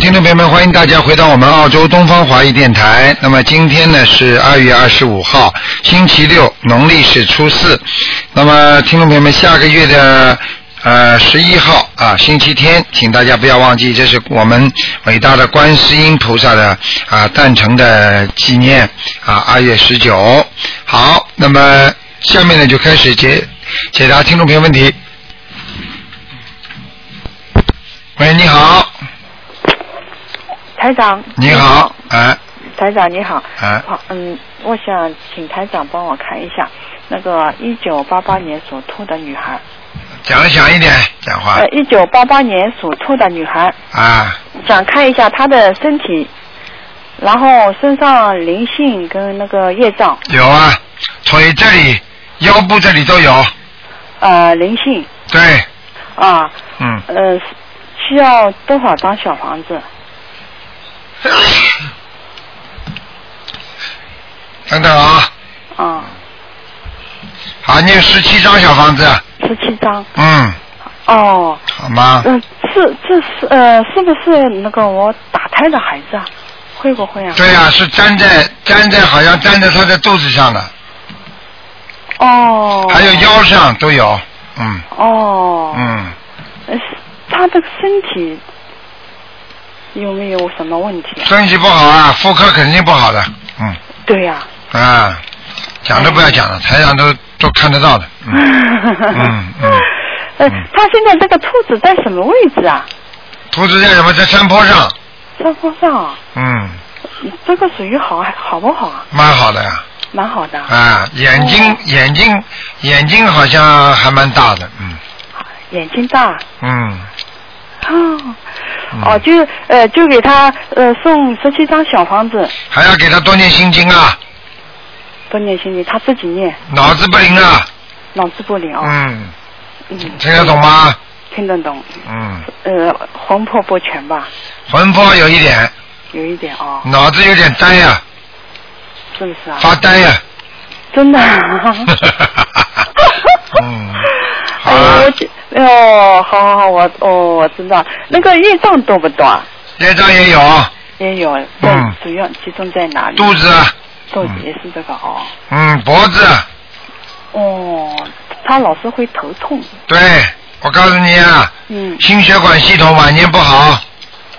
听众朋友们，欢迎大家回到我们澳洲东方华语电台。那么今天呢是二月二十五号，星期六，农历是初四。那么听众朋友们，下个月的呃十一号啊，星期天，请大家不要忘记，这是我们伟大的观世音菩萨的啊诞辰的纪念啊，二月十九。好，那么下面呢就开始解解答听众朋友问题。喂，你好，台长，你好，哎台长你好，哎，好，嗯，我想请台长帮我看一下那个一九八八年属兔的女孩，讲得响一点，讲话呃，一九八八年属兔的女孩，啊，想看一下她的身体，然后身上灵性跟那个业障，有啊，腿这里、腰部这里都有，呃，灵性对，啊，嗯，呃，需要多少张小房子？等等啊，啊，好，念十七张小房子，十七张。嗯，哦，好吗？嗯、是这是呃，是不是那个我打胎的孩子啊？会不会啊？对啊，是粘在粘在，好像粘在他的肚子上的，哦，还有腰上都有，嗯哦，嗯，呃是他的身体有没有什么问题、啊？身体不好啊，妇科肯定不好的，嗯对呀、啊，讲都不要讲了，台上都都看得到的，嗯，嗯嗯 呃嗯，他现在这个兔子在什么位置啊？肚子在什么在山坡上，山坡上啊，嗯，这个属于好还好不好啊？蛮好的呀、蛮好的。啊，眼睛、哦眼睛眼睛好像还蛮大的，嗯眼睛大。啊嗯，哦，嗯哦，就呃，就给他呃送十七张小房子，还要给他多念心经啊，多念心经，他自己念，脑子不灵啊，脑子不灵啊、嗯，嗯，听得懂？吗？听得懂，嗯，呃，魂魄不全吧，魂魄有一点，有一点哦，脑子有点呆呀、是不是啊？发呆呀、。真的、啊 嗯好啊哎了呦，我记哦，好好好，我哦，我知道，那个业障多不多啊？业障也有，也有，对，嗯主要集中在哪里？肚子，啊肚子也是这个哦。嗯，脖子，哦，他老是会头痛。对，我告诉你啊，嗯，心血管系统晚年不好，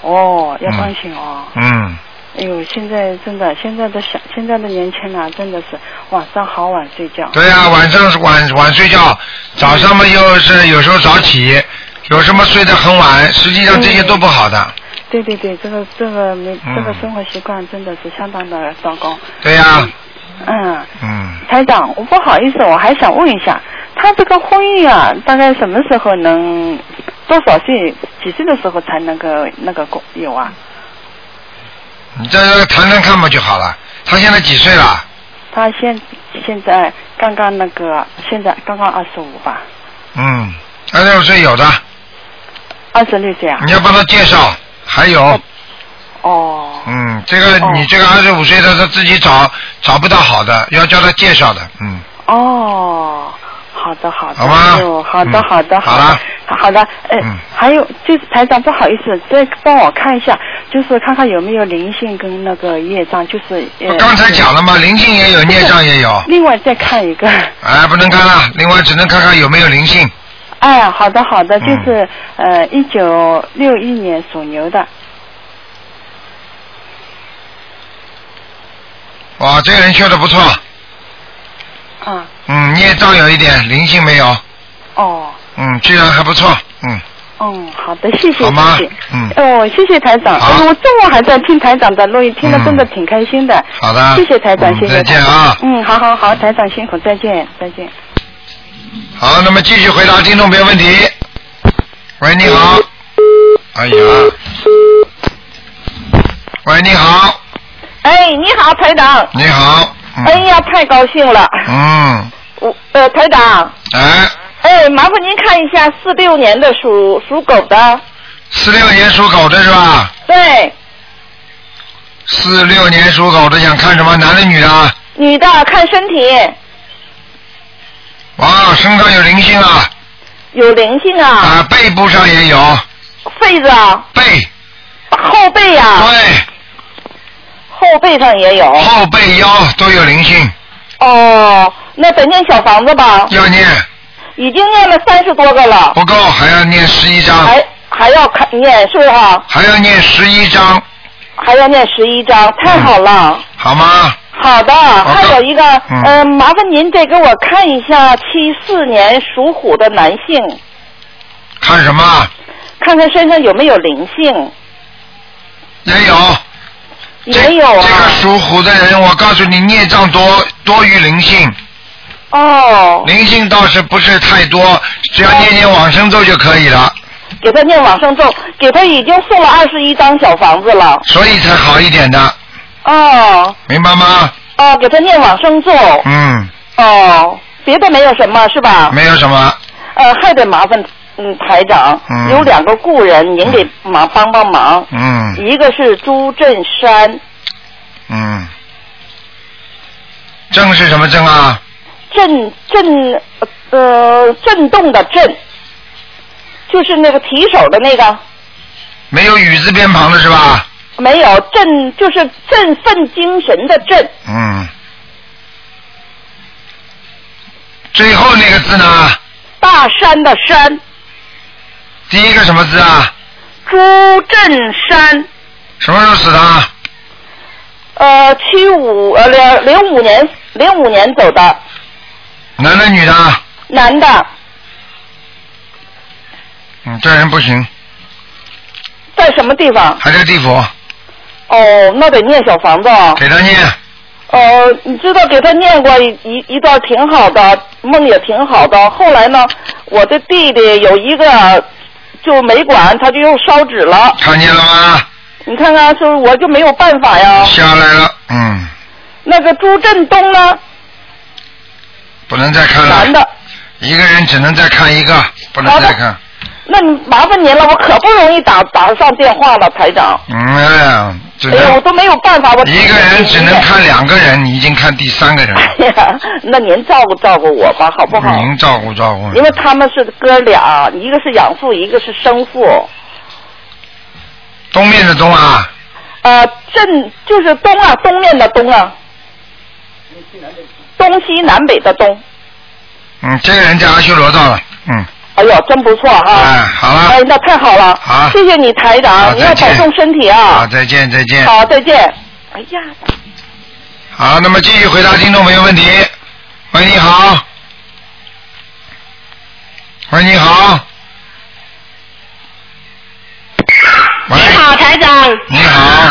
哦，要当心哦。嗯，哎呦，现在真的，现在的小，现在的年轻人啊，真的是晚上好晚睡觉。对呀、晚上是晚晚睡觉，早上嘛又是有时候早起，有什么睡得很晚，实际上这嗯些都不好的。对对对，这个这个没嗯这个生活习惯真的是相当的糟糕。对呀、嗯，嗯，台长，我不好意思，我还想问一下，他这个婚姻啊，大概什么时候能，多少岁、几岁的时候才能够那个过有啊？你在这谈谈看嘛就好了。他现在几岁了？他现现在刚刚那个，现在刚刚二十五吧，嗯，二十六岁有的，二十六岁啊？你要帮他介绍。还有，哦，嗯，这个哦你这个二十五岁的他自己找找不到好的，要叫他介绍的。嗯，哦，好的好的，好吗哦好的嗯好的好的了好的，哎、嗯还有就是台长不好意思，再帮我看一下，就是看看有没有灵性跟那个业障，就是我呃，刚才讲了嘛，灵性也有，孽障也有，另外再看一个， 哎，不能看了。另外只能看看有没有灵性，哎，好的好的，嗯就是、呃一九六一年属牛的，哇，这个人修的不错，啊嗯，孽障有一点，灵性没有，哦。嗯，居然还不错，嗯，嗯，好的，谢谢，好吗谢谢，嗯哦，谢谢台长，好哎我中午还在听台长的录音，听得真的挺开心的，好的，谢谢台长，嗯谢谢再见台长啊，嗯，好好好，台长辛苦，再见，再见。好，那么继续回答听众朋友问题。喂，你嗯好。哎呀。喂，你好，哎，你好，台长。你好。嗯、哎。呀，太高兴了。嗯，我呃，台长，哎，哎，麻烦您看一下四六年的属属狗的，四六年属狗的是吧？对，四六年属狗的想看什么？男的女的啊？女的，看身体哇，身上有灵性啊！有灵性啊，啊，背部上也有，痱子啊，背后背呀、对，后背上也有。后背腰都有灵性，哦，那得念小房子吧，要念已经念了三十多个了，不够，还要念十一章，还还要看念是不是啊？还要念十一章，还要念十一章，太好了。嗯好吗？好的，的还有一个，嗯呃，麻烦您再给我看一下七四年属虎的男性，看什么？啊看看身上有没有灵性，也有。这没有啊？这个属虎的人，我告诉你，孽障多多于灵性，哦，灵性倒是不是太多，只要念念往生咒就可以了，给他念往生咒，给他已经送了二十一张小房子了。所以才好一点的，哦，明白吗？哦，给他念往生咒。嗯，哦，别的没有什么是吧？没有什么，呃，还得麻烦嗯台长，嗯有两个故人，您给忙帮帮忙。嗯一个是朱振山，嗯，正是什么正啊？震震呃震动的震，就是那个提手的那个，没有雨字边旁的是吧？没有振就是振奋精神的振，嗯，最后那个字呢？大山的山，第一个什么字啊？朱振山，什么时候死的啊？呃，七五呃零零五年零五年走的男的女的啊？男的，嗯，这人不行，在什么地方？还在地府，哦，那得念小房子啊。给他念。哦，你知道给他念过一一一段挺好的梦也挺好的，后来呢，我的弟弟有一个就没管，他就又烧纸了。看见了吗？你看看，就是我就没有办法呀。下来了，嗯，那个朱振东呢，不能再看男了，的，一个人只能再看一个，不能再看。那你麻烦您了，我可不容易打打上电话了，台长。嗯，哎呀只哎呀，我能都没有办法，我一个人只能。看两个人，你已经看第三个人了， 嗯哎呀，那您照顾照顾我吧，好不好？您照顾照顾。因为他们是哥俩，一个是养父，一个是生父。东面的东啊，呃，正就是东啊，东面的东啊，东西南北的东。嗯，这个人在阿修罗道了，嗯，哎呦，真不错哈、哎，好哎了，，那太好了。好谢谢你台好长，你要再保见重身体好，啊。再见再见。好，再见。哎呀，好，那么继续回答听众朋友问题。喂，你好。喂，你好。喂，你好，台长，你好。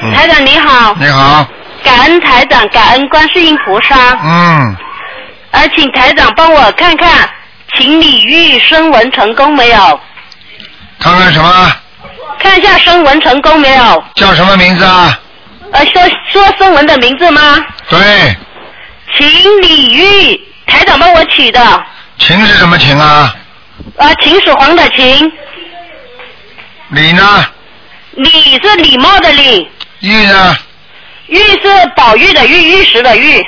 嗯台长你好，你好，感恩台长，感恩观世音菩萨，嗯，而请台长帮我看看，请李玉升文成功没有？看看什么，看一下升文成功没有？叫什么名字啊？呃，说说升文的名字吗？对，请李玉，台长帮我取的，秦是什么秦啊？呃，秦始皇的秦，李呢？李是礼貌的礼，玉啊呢？玉是宝玉的玉，玉石的玉。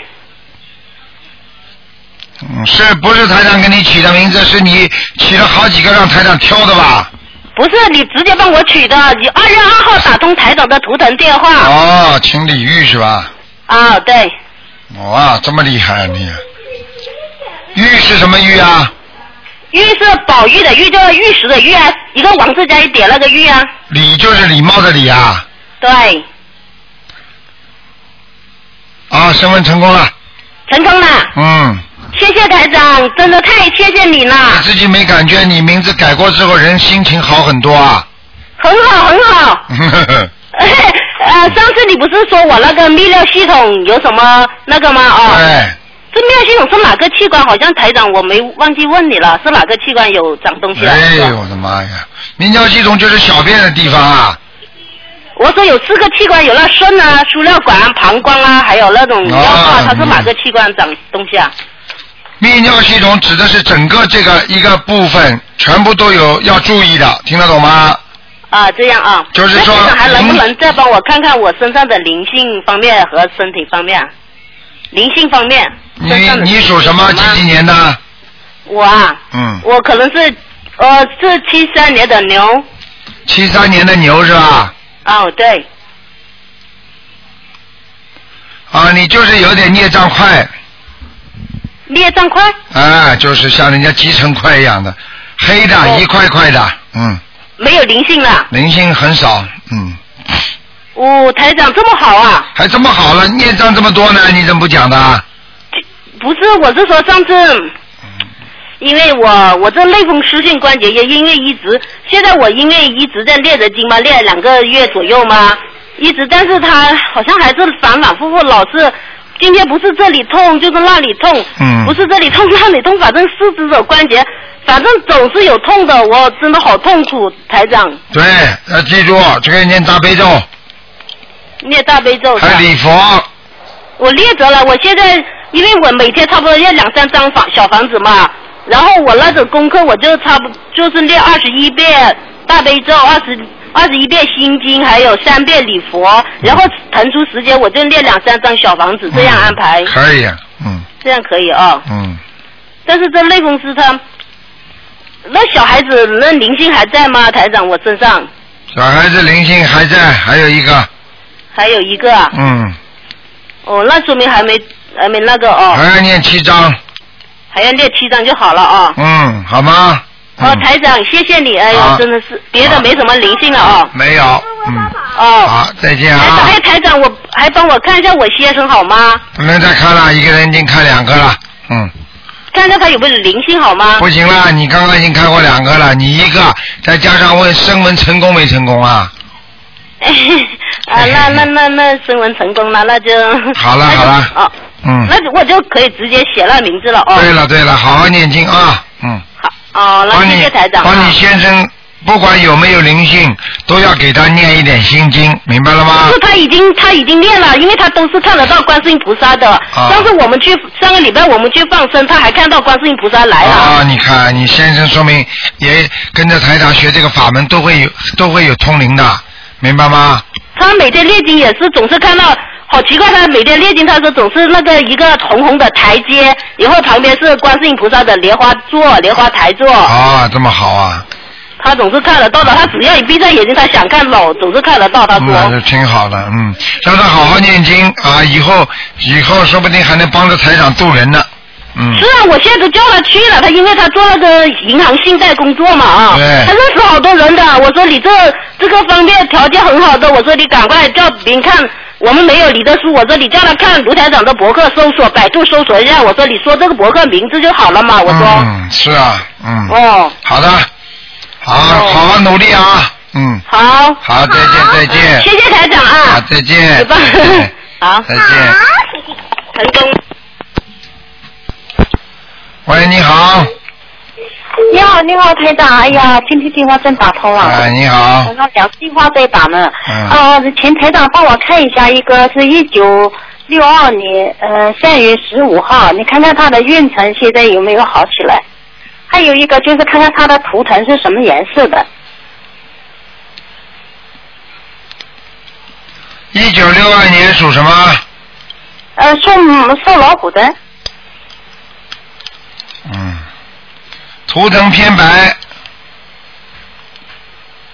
嗯，是不是台长给你起的名字？是你起了好几个让台长挑的吧？不是你直接帮我取的，你二月二号打通台长的图腾电话。哦，秦李玉是吧？啊，对，哇，这么厉害啊你！玉是什么玉啊？玉是宝玉的玉，就是玉石的玉啊，一个王字加一点那个玉啊。礼就是礼貌的礼啊！对，啊，升温成功了，成功了，嗯，谢谢台长，真的太谢谢你了，你自己没感觉，你名字改过之后人心情好很多啊。很好很好。对，呃，上次你不是说我那个泌尿系统有什么那个吗？哦，这泌尿系统是哪个器官？好像台长我没忘记问你了，是哪个器官有长东西啊了？哎是呦吧我的妈呀！泌尿系统就是小便的地方啊。我说有四个器官，有那肾啊、输尿管、膀胱啊，还有那种腰啊啊，它是哪嗯个器官长东西啊？泌尿系统指的是整个这个一个部分，全部都有要注意的，听得懂吗？啊，这样啊。就是说那台长还能不嗯能再帮我看看我身上的灵性方面和身体方面？灵性方面。你身上的你属什么？有几吗几年的？我啊，嗯，我可能是呃是七三年的牛，七三年的牛是吧？哦，对，啊，你就是有点孽障快，孽障块，啊，就是像人家集成块一样的，黑的、一块块的，嗯，没有灵性了。灵性很少，嗯，哦，台长这么好啊！还这么好了，孽障这么多呢，你怎么不讲的啊？不是，我是说上次，因为我我这类风湿性关节炎，因为一直现在我因为一直在练着经嘛，练两个月左右嘛，一直，但是它好像还是反反复复，老是今天不是这里痛就是那里痛，嗯不是这里痛那里痛，反正四肢手关节，反正总是有痛的，我真的好痛苦，台长对，要记住，这个念大悲咒，念大悲咒是吧还礼佛，我列着了，我现在因为我每天差不多要两三张房小房子嘛，然后我那种功课我就差不就是练二十一遍大悲咒，二十二十一遍心经，还有三遍礼嗯佛，然后腾出时间我就练两三张小房子，这样安排，可以，嗯这样可以啊、嗯，但是这类公司它，那小孩子那灵性还在吗？台长，我身上小孩子灵性还在，还有一个，还有一个啊，嗯，哦，那说明还没还没那个哦，还要念七章，还要练七张就好了啊、嗯，好吗？哦，嗯，啊台长，谢谢你，哎好呦，真的是别的没什么灵性了哦。没有，嗯，哦，好，再见台长，啊，哎，台长，我还帮我看一下我先生好吗？不能再看了，一个人已经看两个了，嗯，看一下他有没有灵性好吗？不行了， 你刚刚已经看过两个了，你一个，再加上问声纹成功没成功啊？哎啊，那那那那升温成功了，那就 好了那就好了哦，嗯，那我就可以直接写那名字了哦。对了对了，好好念经啊，嗯。好，哦，那帮谢你谢台长啊帮你。先生，不管有没有灵性，都要给他念一点心经，明白了吗不？是他已经他已经念了，因为他都是看得到观世音菩萨的。啊上次我们去上个礼拜我们去放生，他还看到观世音菩萨来了。啊，你看，你先生说明也跟着台长学这个法门，都会有都会有通灵的，明白吗？他每天练经也是总是看到，好奇怪，他每天练经，他说总是那个一个红红的台阶，然后旁边是观世音菩萨的莲花座、莲花台座，啊，这么好啊，他总是看得到的。他只要一闭上眼睛，他想看老总是看得到。他说，嗯那就挺好的，嗯，让他好好念经啊，以后以后说不定还能帮着台长渡人呢，嗯是，啊，我现在都叫他去了，他因为他做那个银行信贷工作嘛啊，对他认识好多人的。我说你这这个方面条件很好的，我说你赶快叫别人看。我们没有你的书，我说你叫他看卢台长的博客，搜索百度搜索一下，我说你说这个博客名字就好了嘛，我说，嗯，是啊，嗯，哦，好的，好，好好努力啊，嗯，好，好，再见，再见，谢谢台长啊啊，，再见对吧，再见好，再见。成功。喂，你好。你好，你好，台长，哎呀，今天电话真打通了。哎，你好我。要聊计划这一档呢。嗯啊，请台长帮我看一下，一个是一九六二年，呃，三月十五号，你看看他的运程现在有没有好起来？还有一个就是看看他的图腾是什么颜色的。一九六二年属什么？呃，属属老虎的，嗯，图腾偏白，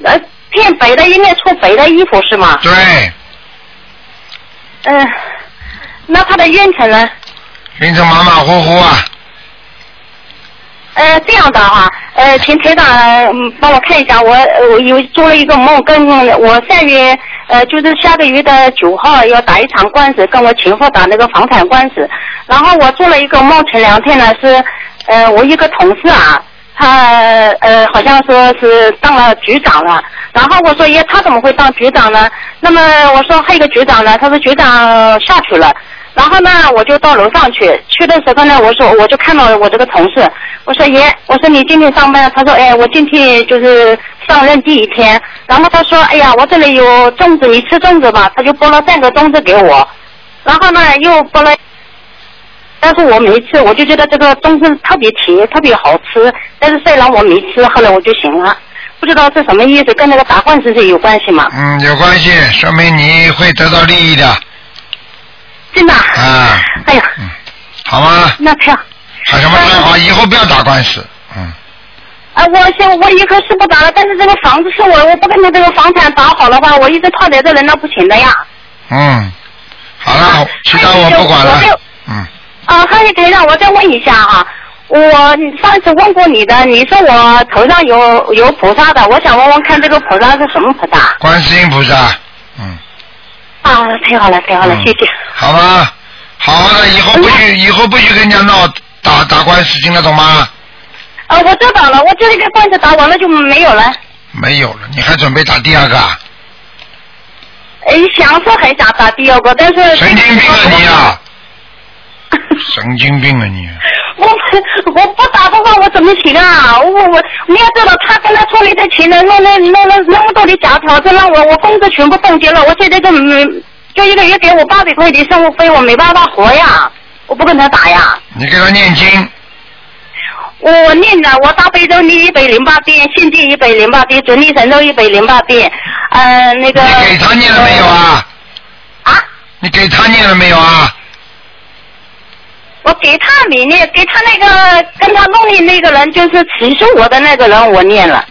呃，偏白的，应该穿白的衣服是吗？对，嗯、那他的运程呢？运程马马虎虎啊。呃，这样的哈、呃，请台长、嗯帮我看一下，我呃我有做了一个梦，跟我三月呃就是下个月的九号要打一场官司，跟我情妇打那个房产官司，然后我做了一个梦，前两天呢是呃我一个同事啊，他呃好像说是当了局长了，然后我说耶他怎么会当局长呢？那么我说还有一个局长呢，他说局长下去了。然后呢，我就到楼上去，去的时候呢，我说我就看到我这个同事，我说爷，我说你今天上班，他说哎，我今天就是上任第一天，然后他说哎呀，我这里有粽子，你吃粽子吧，他就剥了三个粽子给我，然后呢又剥了。但是我没吃，我就觉得这个粽子特别甜，特别好吃。但是虽然我没吃，后来我就醒了，不知道这什么意思，跟那个打官司是有关系吗？嗯，有关系，说明你会得到利益的真的？啊。哎呀，嗯，好吗？啊那太好。还什么办法？以后不要打官司。嗯，哎、我想我以后是不打了，但是这个房子是我，我不跟他这个房产打好的话，我一直套在这人那不行的呀。嗯，好了，其他还有我哎就不管我还有了。嗯，啊，还有台长，我再问一下啊，我上次问过你的，你说我头上有有菩萨的，我想问问看这个菩萨是什么菩萨？观世音菩萨，嗯，啊，太好了，太好了，嗯谢谢。好吧，好好的，以后不哎许以后不许跟人家闹打打官司，听得懂吗？啊，我知道了，我这个官司打完了就没有了。没有了，你还准备打第二个啊？哎，想说还想打第二个，但是神经病啊你啊！神经病啊你！我我不打的话，我怎么行啊？我我你要知道，他跟他村里的情人弄了弄了那么多的假条子，让我我工资全部冻结了。我现在就没就一个月给我八百块钱生活费，我没办法活呀，我不跟他打呀。你给他念经，我我念了，我大悲咒念一百零八遍，心经一百零八遍，准提神咒一百零八遍，呃，那个你给他念了没有啊？啊？你给他念了没有啊？我给他没念，给他那个跟他弄的那个人，就是起诉我的那个人，我念了。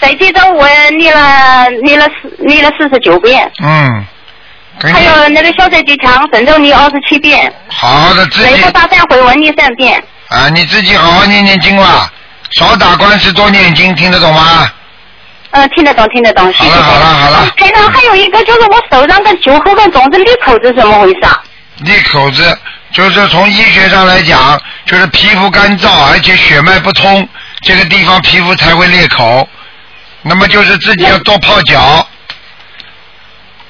在这周我念了念了四念了四十九遍，嗯，给还你有那个消灾吉祥神咒念二十七遍，好好的自雷己佛大忏悔文念三遍。啊，你自己好好念念经吧，少打官司，多念经，听得懂吗？嗯，听得懂，听得懂，好谢谢。了好了好了，台长，嗯还有一个就是我手上跟酒后跟总是裂口子，怎么回事啊？那口子就是从医学上来讲，就是皮肤干燥，而且血脉不通，这个地方皮肤才会裂口。那么就是自己要多泡脚，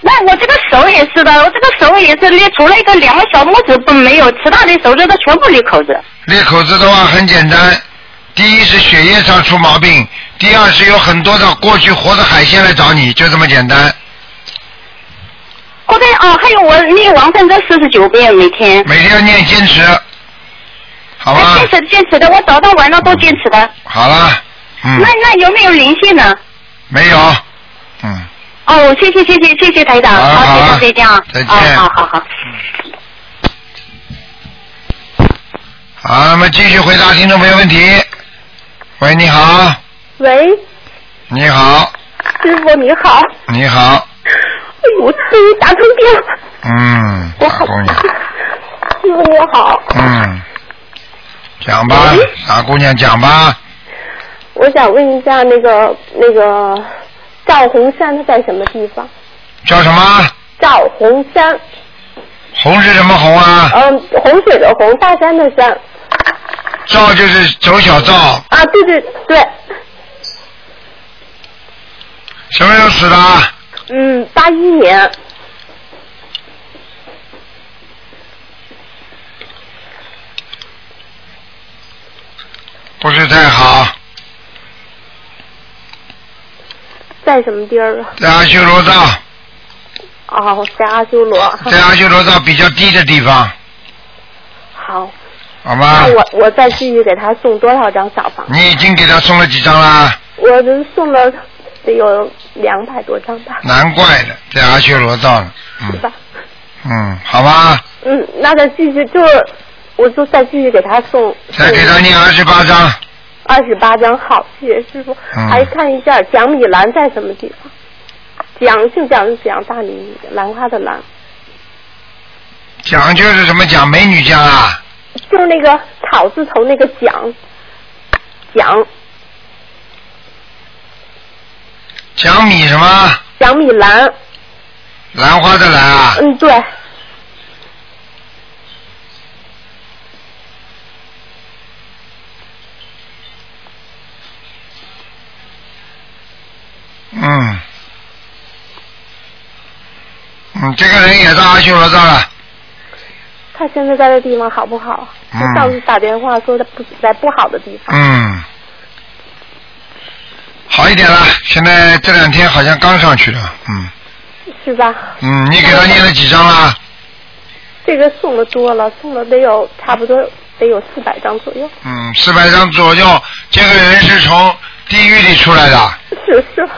那我这个手也是的，我这个手也是裂，除了一个两个小拇指不没有，其他的手指头全部裂口子。裂口子的话很简单，第一是血液上出毛病，第二是有很多的过去活的海鲜来找你，就这么简单。后来哦，还有我念王圣真四十九遍每天，每天要念坚持，好吧？ 哎坚持坚持的，我早到晚上都坚持的。好了，嗯那，那有没有灵性呢？没有，嗯。哦，谢谢谢谢谢谢台长，好好，台好长再见啊，再见哦好好好。好，那么继续回答听众朋友问题。喂，你好，喂，你好，师傅你好，你好，哎呦，终于打通电话，嗯，我打好工，师傅你好，嗯，讲吧，傻姑娘讲吧，我想问一下那个那个赵红山他在什么地方？叫什么？赵红山，红是什么红啊？嗯，洪水的洪，大山的山，赵就是走小赵，啊，对对对，什么时候死的？嗯，八一年，不是太好，在什么地儿啊？在阿修罗道，哦，在阿修罗。在阿修罗道比较低的地方，好，好吗那？我我再继续给他送多少张小房？你已经给他送了几张啦？我就送了得有两百多张吧，难怪的，在阿修罗道呢，是嗯吧？嗯，好吧，嗯，那再继续就是，我就再继续给他送。再给他念二十八章。二十八张，好，谢谢师傅。嗯还看一下蒋米兰在什么地方？蒋姓蒋是蒋大米，兰花的兰，讲就是什么讲美女讲啊？就是那个草字头那个蒋，蒋讲米什么？蒋米兰，兰花的兰啊？嗯，对，嗯。嗯，这个人也到阿修罗道了。他现在在的地方好不好？嗯他上次打电话说他不在不好的地方。嗯。好一点了，现在这两天好像刚上去了。嗯是吧？嗯，你给他念了几张啊啦？这个送的多了，送了得有差不多得有四百张左右，嗯，四百张左右。这个人是从地狱里出来的，是是，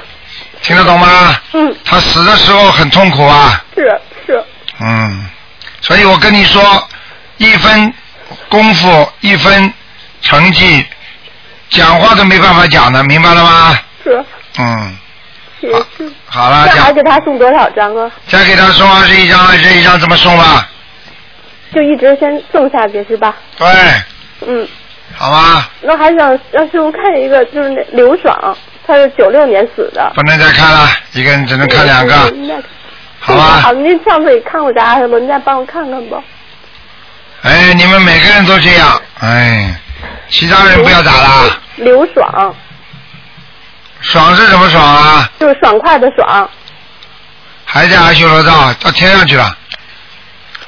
听得懂吗？嗯，他死的时候很痛苦啊。是是，嗯，所以我跟你说，一分功夫一分成绩，讲话都没办法讲的，明白了吗？是嗯，也是。好了，那还再给他送多少张啊？再给他送二十一张，二十一张怎么送吧？就一直先送下去是吧？对，嗯，好吗？那还想让师傅看一个，就是那刘爽，他是九六年死的。不能再看了，一个人只能看两个，嗯。那好吧？好，您上次也看过答案了吗？您再帮我看看吧。哎，你们每个人都这样，哎，其他人不要打了。刘爽，啊爽是什么爽啊？就是爽快的爽，还在阿修罗道，到天上去了。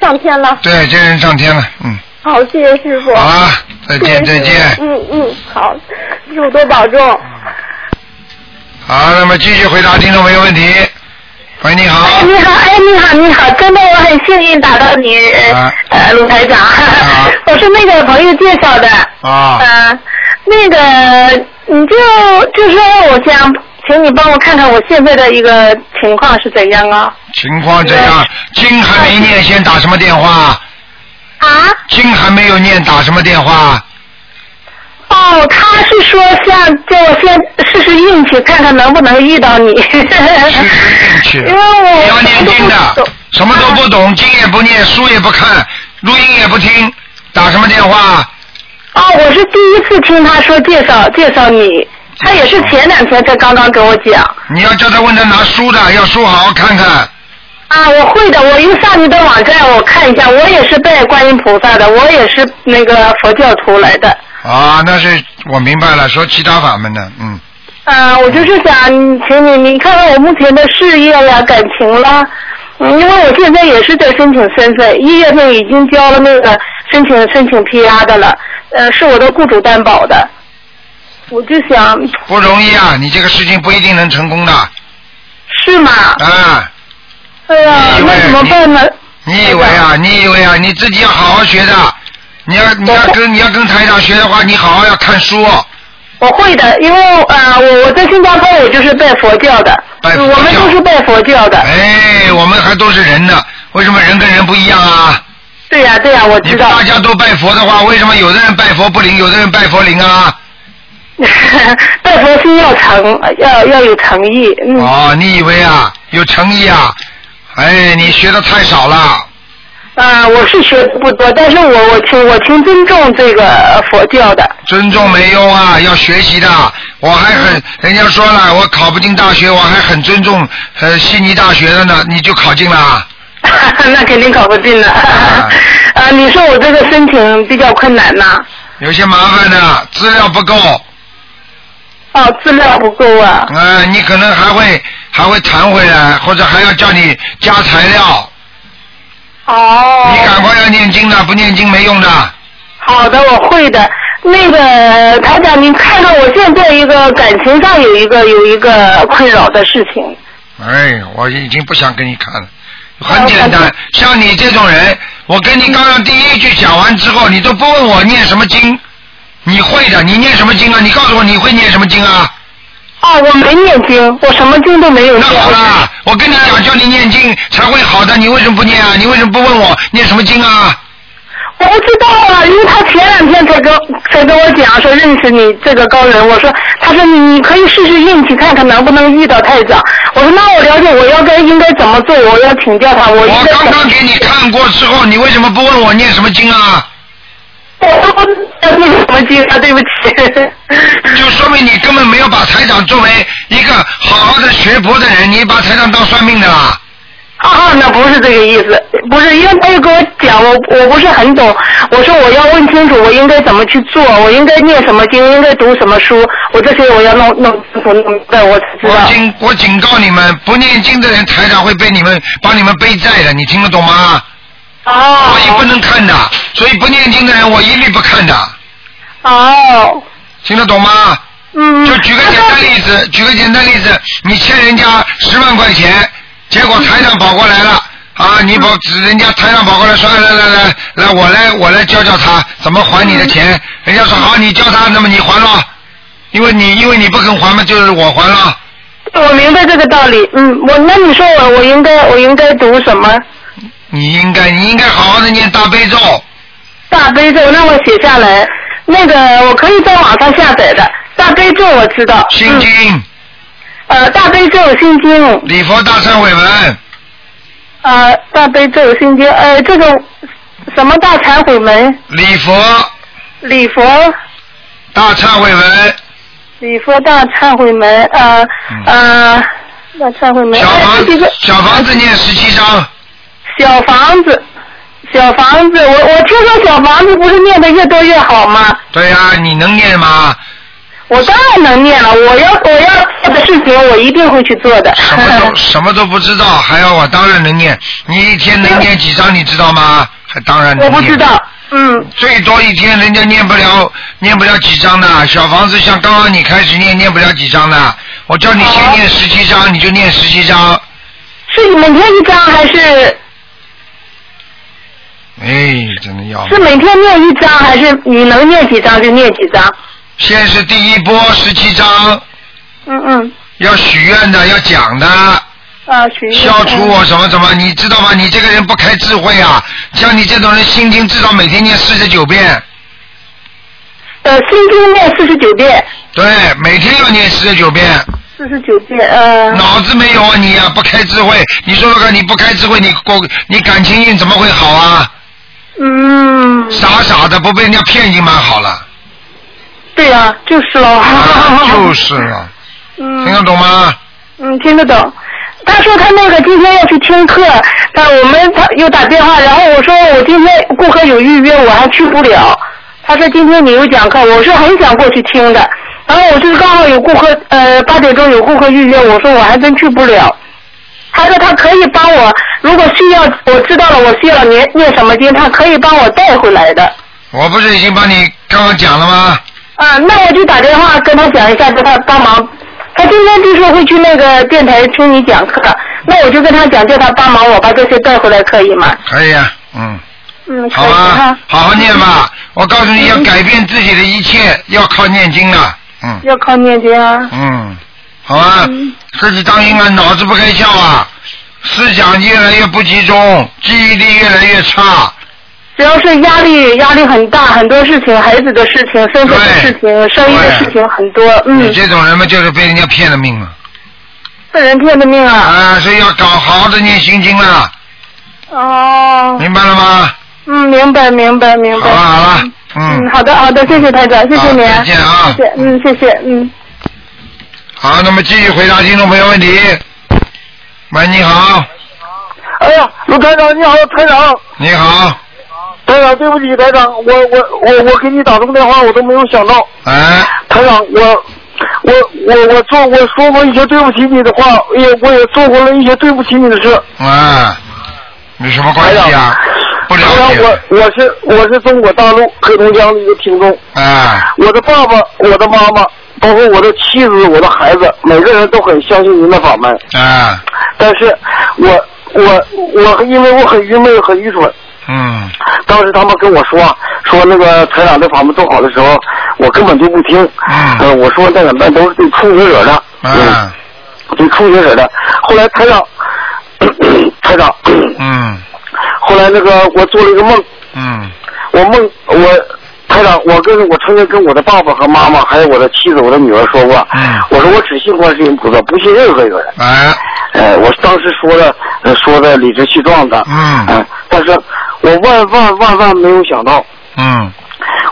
上天了。对，这人上天了，嗯，好，谢谢师傅。好了，再 见，谢再谢师见傅。嗯嗯，好，师傅多保重。好，那么继续回答听众朋友问题。喂，你好。你好，哎，你好，你好，真的我很幸运打到你，呃，啊呃鲁台长，啊 我是那个朋友介绍的，啊呃，那个你就就说我想请你帮我看看我现在的一个情况是怎样啊？情况怎哎样？经还没念，先打什么电话？啊？经还没有念，打什么电话？哦，他是说想叫我先试试运气，看看能不能遇 到你。试试运气。因为我你要念经的，什么都啊不懂，经也不念，书也不看，录音也不听，打什么电话？哦，我是第一次听他说介绍介绍你，他也是前两天才刚刚跟我讲。你要叫他问他拿书的，要书好好看看。啊，我会的，我又上你的网站我看一下，我也是拜观音菩萨的，我也是那个佛教徒来的。啊，那是我明白了，说其他法门的，嗯，啊，我就是想请你，你看看我目前的事业呀、感情啦，嗯，因为我现在也是在申请身份，一月份已经交了那个申请申请 PR 的了，呃，是我的雇主担保的，我就想 不容易啊，你这个事情不一定能成功的是吗？啊。哎呀，那怎么办呢？哎你以为啊？你以为啊？你自己要好好学的。你要你要跟你要跟台长学的话，你好好要看书，我会的，因为呃，我我在新加坡我就是拜佛教的，拜佛教我们都是拜佛教的。哎，我们还都是人呢，为什么人跟人不一样啊？对呀、对呀、我你知道。大家都拜佛的话，为什么有的人拜佛不灵，有的人拜佛灵啊？拜佛心要诚，要要有诚意。嗯。哦，你以为啊有诚意啊？哎，你学的太少了。啊，我是学的不多，但是我我挺我挺尊重这个佛教的。 尊重没用啊，要学习的。我还嗯很，人家说了，我考不进大学，我还很尊重呃悉尼大学的呢，你就考进了啊。那肯定搞不定了。啊 啊，你说我这个申请比较困难呐、有些麻烦的，资料不够，哦，资料不够啊。呃，你可能还会还会弹回来，或者还要叫你加材料。哦。你赶快要念经的，不念经没用的。好的，我会的。那个台长，您看看我现在一个感情上有一个有一个困扰的事情。哎，我已经不想跟你看了。很简好单的，像你这种人，我跟你刚刚第一句讲完之后，你都不问我念什么经，你会的，你念什么经啊？你告诉我你会念什么经啊？哦，我没念经，我什么经都没有那念。好啦，我跟你讲，叫你念经才会好的，你为什么不念啊？你为什么不问我念什么经啊？我不知道啊，因为他前两天才跟才跟我讲说认识你这个高人，我说他说你你可以试试运气看看能不能遇到太长。我说那我了解我要该应该怎么做，我要请教他，我应我该刚怎刚么。给你看过之后，你为什么不问我念什么经啊？我都不知道那个什么经啊，对不起。 就说明你根本没有把台长作为一个好好的学佛的人，你把台长当算命的啦。啊，那不是这个意思，不是，因为他又跟我讲，我我不是很懂，我说我要问清楚，我应该怎么去做，我应该念什么经，应该读什么书，我这些我要弄弄清楚弄明白，我才知我道。警我警告你们，不念经的人，台长会被你们帮你们背债的，你听得懂吗？哦我也不能看的，所以不念经的人我一律不看的，哦，听得懂吗？嗯，就举个简单例子，举个简单例子，你欠人家十万块钱，结果台长跑过来了。啊，你跑，嗯人家台长跑过来说，来来来来，我来我来教教他怎么还你的钱。嗯人家说好，你教他，那么你还了，因为你因为你不肯还嘛，就是我还了。我明白这个道理，嗯，我那你说我我应该我应该读什么你应该你应该好好的念大悲咒，大悲咒，那我写下来。那个我可以在网上下载的，大悲咒我知道。心嗯。经、呃，大悲咒心经，礼佛大忏悔文，呃，大悲咒心经，呃，这个什么大忏悔门、礼佛礼佛、大忏悔文，礼佛大忏悔门，呃嗯呃，大忏悔门，小哎房这个子小房子念十七章，小房子，小房子，我我听说小房子不是念的越多越好吗？对呀、你能念吗？我当然能念了，我要我要做的事情，我一定会去做的。什么都什么都不知道，还要我当然能念。你一天能念几张，你知道吗？还当然能我念。不知道，嗯，最多一天人家念不了，念不了几张的。小房子像刚刚你开始念，念不了几张的。我叫你先念十七张，你就念十七张。是 每天一张还是哎，真的要是每天念一张，还是你能念几张就念几张？先是第一波十七张，嗯嗯，要许愿的，要讲的，啊，许愿消除我什么什么，你知道吗？你这个人不开智慧啊！像你这种人，心经至少每天念四十九遍，呃，心经念四十九遍，对，每天要念四十九遍。四十九遍，呃，脑子没有啊你啊，不开智慧，你说说看，你不开智慧，你过你感情运怎么会好啊？嗯，傻傻的不被人家骗已经蛮好了，对啊，就是喽， 就是啊了，嗯，听得懂吗？嗯，听得懂。他说他那个今天要去听课，他我们他又打电话，然后我说我今天顾客有预约，我还去不了。他说今天你有讲课，我说很想过去听的。然后我就是刚好有顾客，呃，八点钟有顾客预约，我说我还真去不了。他说他可以帮我，如果需要，我知道了，我需要念念什么经，他可以帮我带回来的。我不是已经帮你刚刚讲了吗？啊，那我就打电话跟他讲一下，叫他帮忙。他今天就说会去那个电台听你讲课，那我就跟他讲，叫他帮忙我把这些带回来，可以吗？可以啊，嗯，嗯，可好以吧哈，。嗯好好念吧。我告诉你要改变自己的一切，要靠念经啊，嗯要靠念经啊。嗯，好吧，嗯自己当心啊，脑子不开窍啊，思想越来越不集中，记忆力越来越差，只要是压力压力很大，很多事情，孩子的事情、身份的事情、生意的事情很多，你嗯，这种人嘛就是被人家骗了命了。被人骗的命啊。啊，所以要搞好好的念心经了，哦，明白了吗？嗯，明白明白明好白。了好了，嗯嗯，，好的好的，谢谢台长，谢谢好您啊，再见啊谢谢，嗯，谢谢，嗯。好，那么继续回答听众朋友问题。喂，你好，哎呀，卢台长你好，台长，你好，台长，对不起，台长，我我我我给你打通电话，我都没有想到，哎，台长，我我我我做我说过一些对不起你的话，也我也做过了一些对不起你的事，啊，有什么哎关台长系啊？不了台长，我解，我是我是中国大陆黑龙江的一个听众，啊，我的爸爸、我的妈妈，包括我的妻子、我的孩子，每个人都很相信您的法门，啊，但是我我我因为我很愚昧、很愚蠢，嗯，当时他们跟我说说那个台长的法门做好的时候，我根本就不听。嗯呃，我说那怎么办都是对初学者的。嗯。啊，对初学者的。后来台长，台长，嗯， 后来那个我做了一个梦，嗯，我梦我。台长，我跟我曾经跟我的爸爸和妈妈，还有我的妻子、我的女儿说过，嗯我说我只信观世音菩萨，不信任何一个人。哎，呃，我当时说的、呃说的理直气壮的，嗯呃但是我万万万万没有想到，嗯，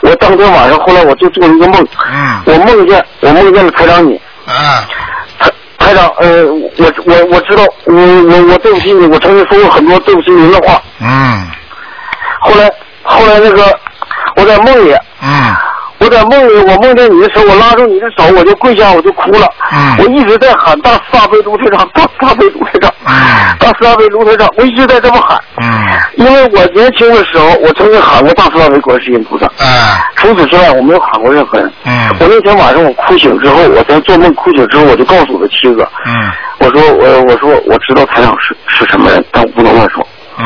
我当天晚上，后来我就做了一个梦，嗯我梦见我梦见了台长你，啊，台台长，呃，我我我知道，我我我对不起你，我曾经说过很多对不起您的话。嗯，后来后来那个我在梦里，嗯，我在梦里我梦见你的时候，我拉住你的手，我就跪下，我就哭了。嗯我一直在喊大撒贝卢台长，大撒贝卢台长，嗯大撒贝卢台长，我一直在这么喊。嗯，因为我年轻的时候，我曾经喊过大慈大悲观世音菩萨。啊，除此之外，我没有喊过任何人。嗯我那天晚上我哭醒之后，我在做梦哭醒之后，我就告诉我的妻子，啊嗯，我说我我说我知道台长是是什么人，但我不能乱说。嗯，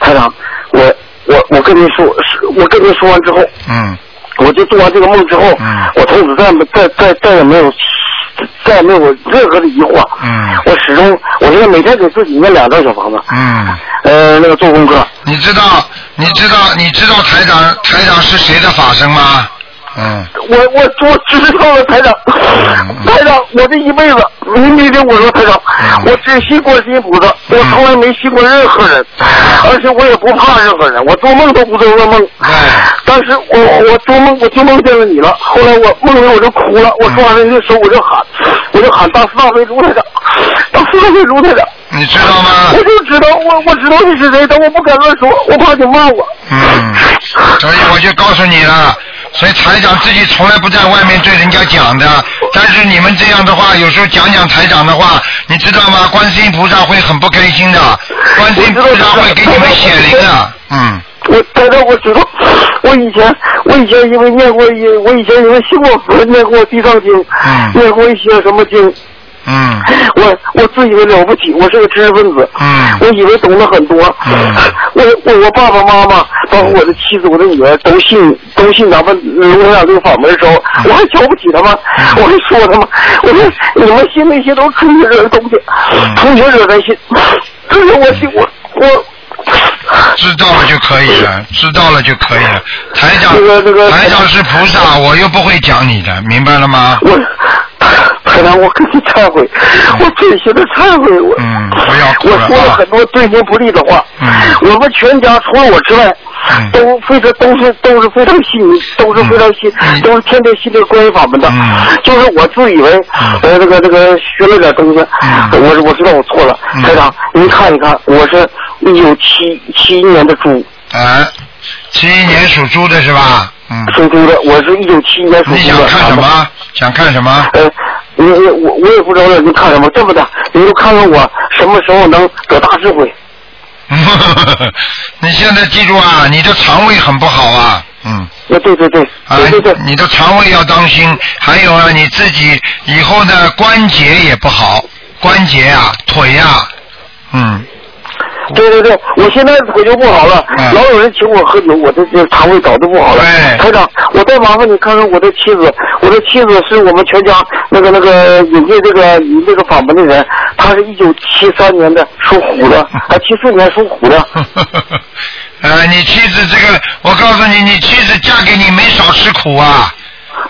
台长，我我我跟您说，是我跟您说完之后，嗯，我就做完这个梦之后，嗯我从此再没再再再也没有再也没有任何的疑惑。嗯我始终我现在每天给自己念两张小房子，嗯。呃，那个做功课。你知道，你知道，你知道台长台长是谁的法身吗？嗯，我我我知道了，台长，台长，我这一辈子，您别听我说，台长，我只信观世音菩萨，我从来没信过任何人，而且我也不怕任何人，我做梦都不做噩梦。当时我我做梦我就梦见了你了，后来我梦里我就哭了，我说完了那时候我就喊，我就喊大慈大悲卢台长，大慈大悲卢台长。你知道吗？我就知道，我我知道你是谁，但我不敢乱说，我怕你骂我。嗯，所以我就告诉你了，所以台长自己从来不在外面对人家讲的。但是你们这样的话，有时候讲讲台长的话，你知道吗？观世音菩萨会很不开心的，观世音菩萨会给你们显灵的。嗯，我台长，我知道，我以前我以前因为念过一，我以前因为信过佛，念过地藏经，念过一些什么经。嗯，我 我自以为了不起，我是个知识分子。嗯，我以为懂得很多。嗯，我我我爸爸妈妈，包括我的妻子、我的女儿，都信都信咱们龙台长这个法门的时候，我还瞧不起他们，嗯我还说他们，我说你们信那些都是同学惹的东西，嗯同学惹的信，这是我信我我。知道了就可以了，知道了就可以了。台长，台长是菩萨，我又不会讲你的，明白了吗？台长，我跟你忏悔， 我真心的忏悔，我、嗯，不要哭我了说了啊。很多对您不利的话。嗯我们全家除了我之外，都非常都是都是非常信，都是非常信，嗯都是天天信这个观音法门的。就是我自以为嗯呃这个这个学了点东西，我我知道我错了，嗯台长，您看一看，我是一九七七一年的猪，啊，七一年属猪的是吧？嗯。属猪的，我是一九七一年属猪的。你想看什么？想看什么？呃，我我我我也不知道您看什么，这么的，您就看看我什么时候能得大智慧。 你现在记住啊，你的肠胃很不好啊，嗯。那对对对，啊，你的肠胃要当心，还有啊，你自己以后的关节也不好，关节啊，腿啊，嗯， 对对对，我现在腿就不好了，嗯老有人请我喝酒，我这这肠胃搞得不好了。台长，我再麻烦你看看我的妻子，我的妻子是我们全家那个那个引进这个引这个法门的人，她是一九七三年的，属虎的，啊，七四年属虎的。呃，你妻子这个，我告诉你，你妻子嫁给你没少吃苦啊。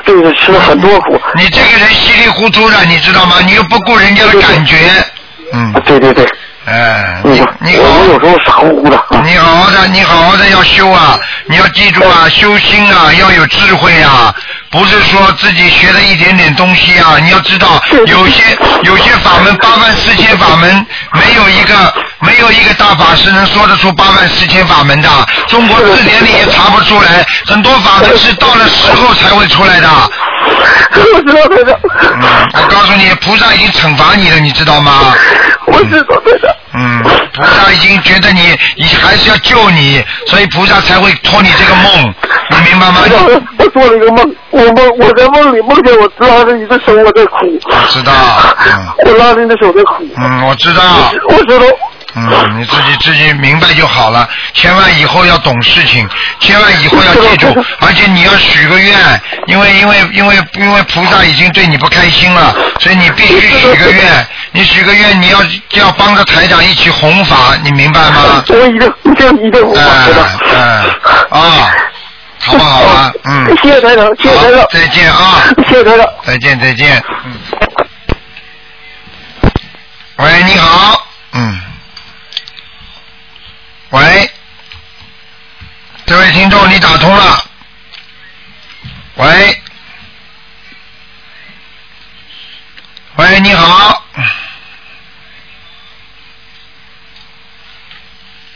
对，吃了很多苦。你这个人稀里糊涂的，你知道吗？你又不顾人家的感觉。嗯，对啊对对。哎，你你嗯我我有时候傻乎乎的。啊你好好的，你好好的要修啊，你要记住啊，修心啊，要有智慧啊，不是说自己学了一点点东西啊，你要知道，有些有些法门八万四千法门，没有一个没有一个大法师能说得出八万四千法门的，中国字典里也查不出来，很多法门是到了时候才会出 来的。嗯我知道台长。我告诉你，菩萨已经惩罚你了，你知道吗？我知道台长。嗯，菩萨已经觉得你，你还是要救你，所以菩萨才会托你这个梦，你明白吗？ 我做了一个梦，我梦我在梦里梦见我拉着你的手我在哭，知道， 我拉着你的手在哭。嗯，我知道，我知道，嗯，你自己自己明白就好了，千万以后要懂事情，千万以后要记住，而且你要许个愿，因为因为因为因为菩萨已经对你不开心了，所以你必须许个愿，你许个愿，你要要帮着台长一起弘法，你明白吗？我一定一定一定我知道。嗯，啊，好不好 啊？嗯，谢谢台长，谢谢台长，再见啊！谢谢台长。再见，再见。嗯。喂，你好。嗯。喂，这位听众，你打通了。喂。喂，你好。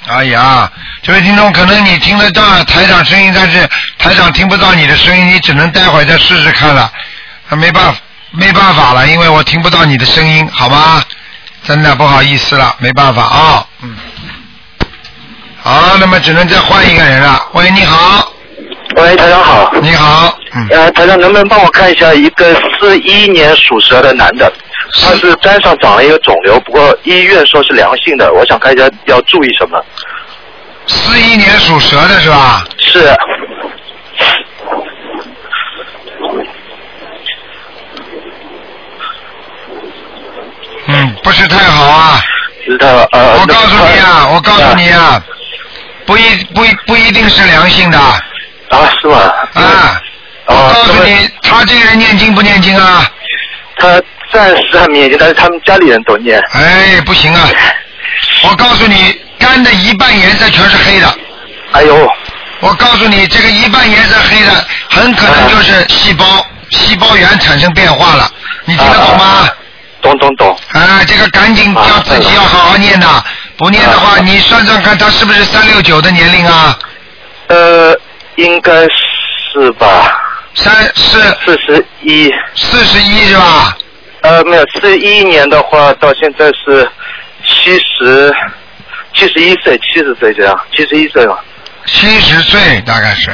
哎呀，这位听众，可能你听得到台长声音，但是台长听不到你的声音，你只能待会儿再试试看了。啊没办法，没办法了，因为我听不到你的声音，好吧？真的不好意思了，没办法啊、嗯。好，那么只能再换一个人了。喂，你好。喂，台长好。你好。呃，台长能不能帮我看一下一个四一年属蛇的男的，他是肝上长了一个肿瘤，不过医院说是良性的，我想看一下要注意什么。四一年属蛇的是吧？是，嗯，不是太好啊。是他呃。我告诉你啊，我告诉你啊，不一不一不一定是良性的。啊，是吗？啊，我告诉你，他这个人念经不念经啊？他暂时还没念经，但是他们家里人都念。哎，不行啊！我告诉你，肝的一半颜色全是黑的。哎呦！我告诉你，这个一半颜色黑的，很可啊能就是细胞、细胞源产生变化了。你听得懂吗？啊懂懂懂。啊啊，这个赶紧要自己要好好念呐，不念的话，你算算看他是不是三六九的年龄啊？呃，应该是吧。三四四十一。四十一是吧？呃，没有，四一年的话，到现在是七十，七十一岁，七十岁这样，七十一岁吧。七十岁大概是，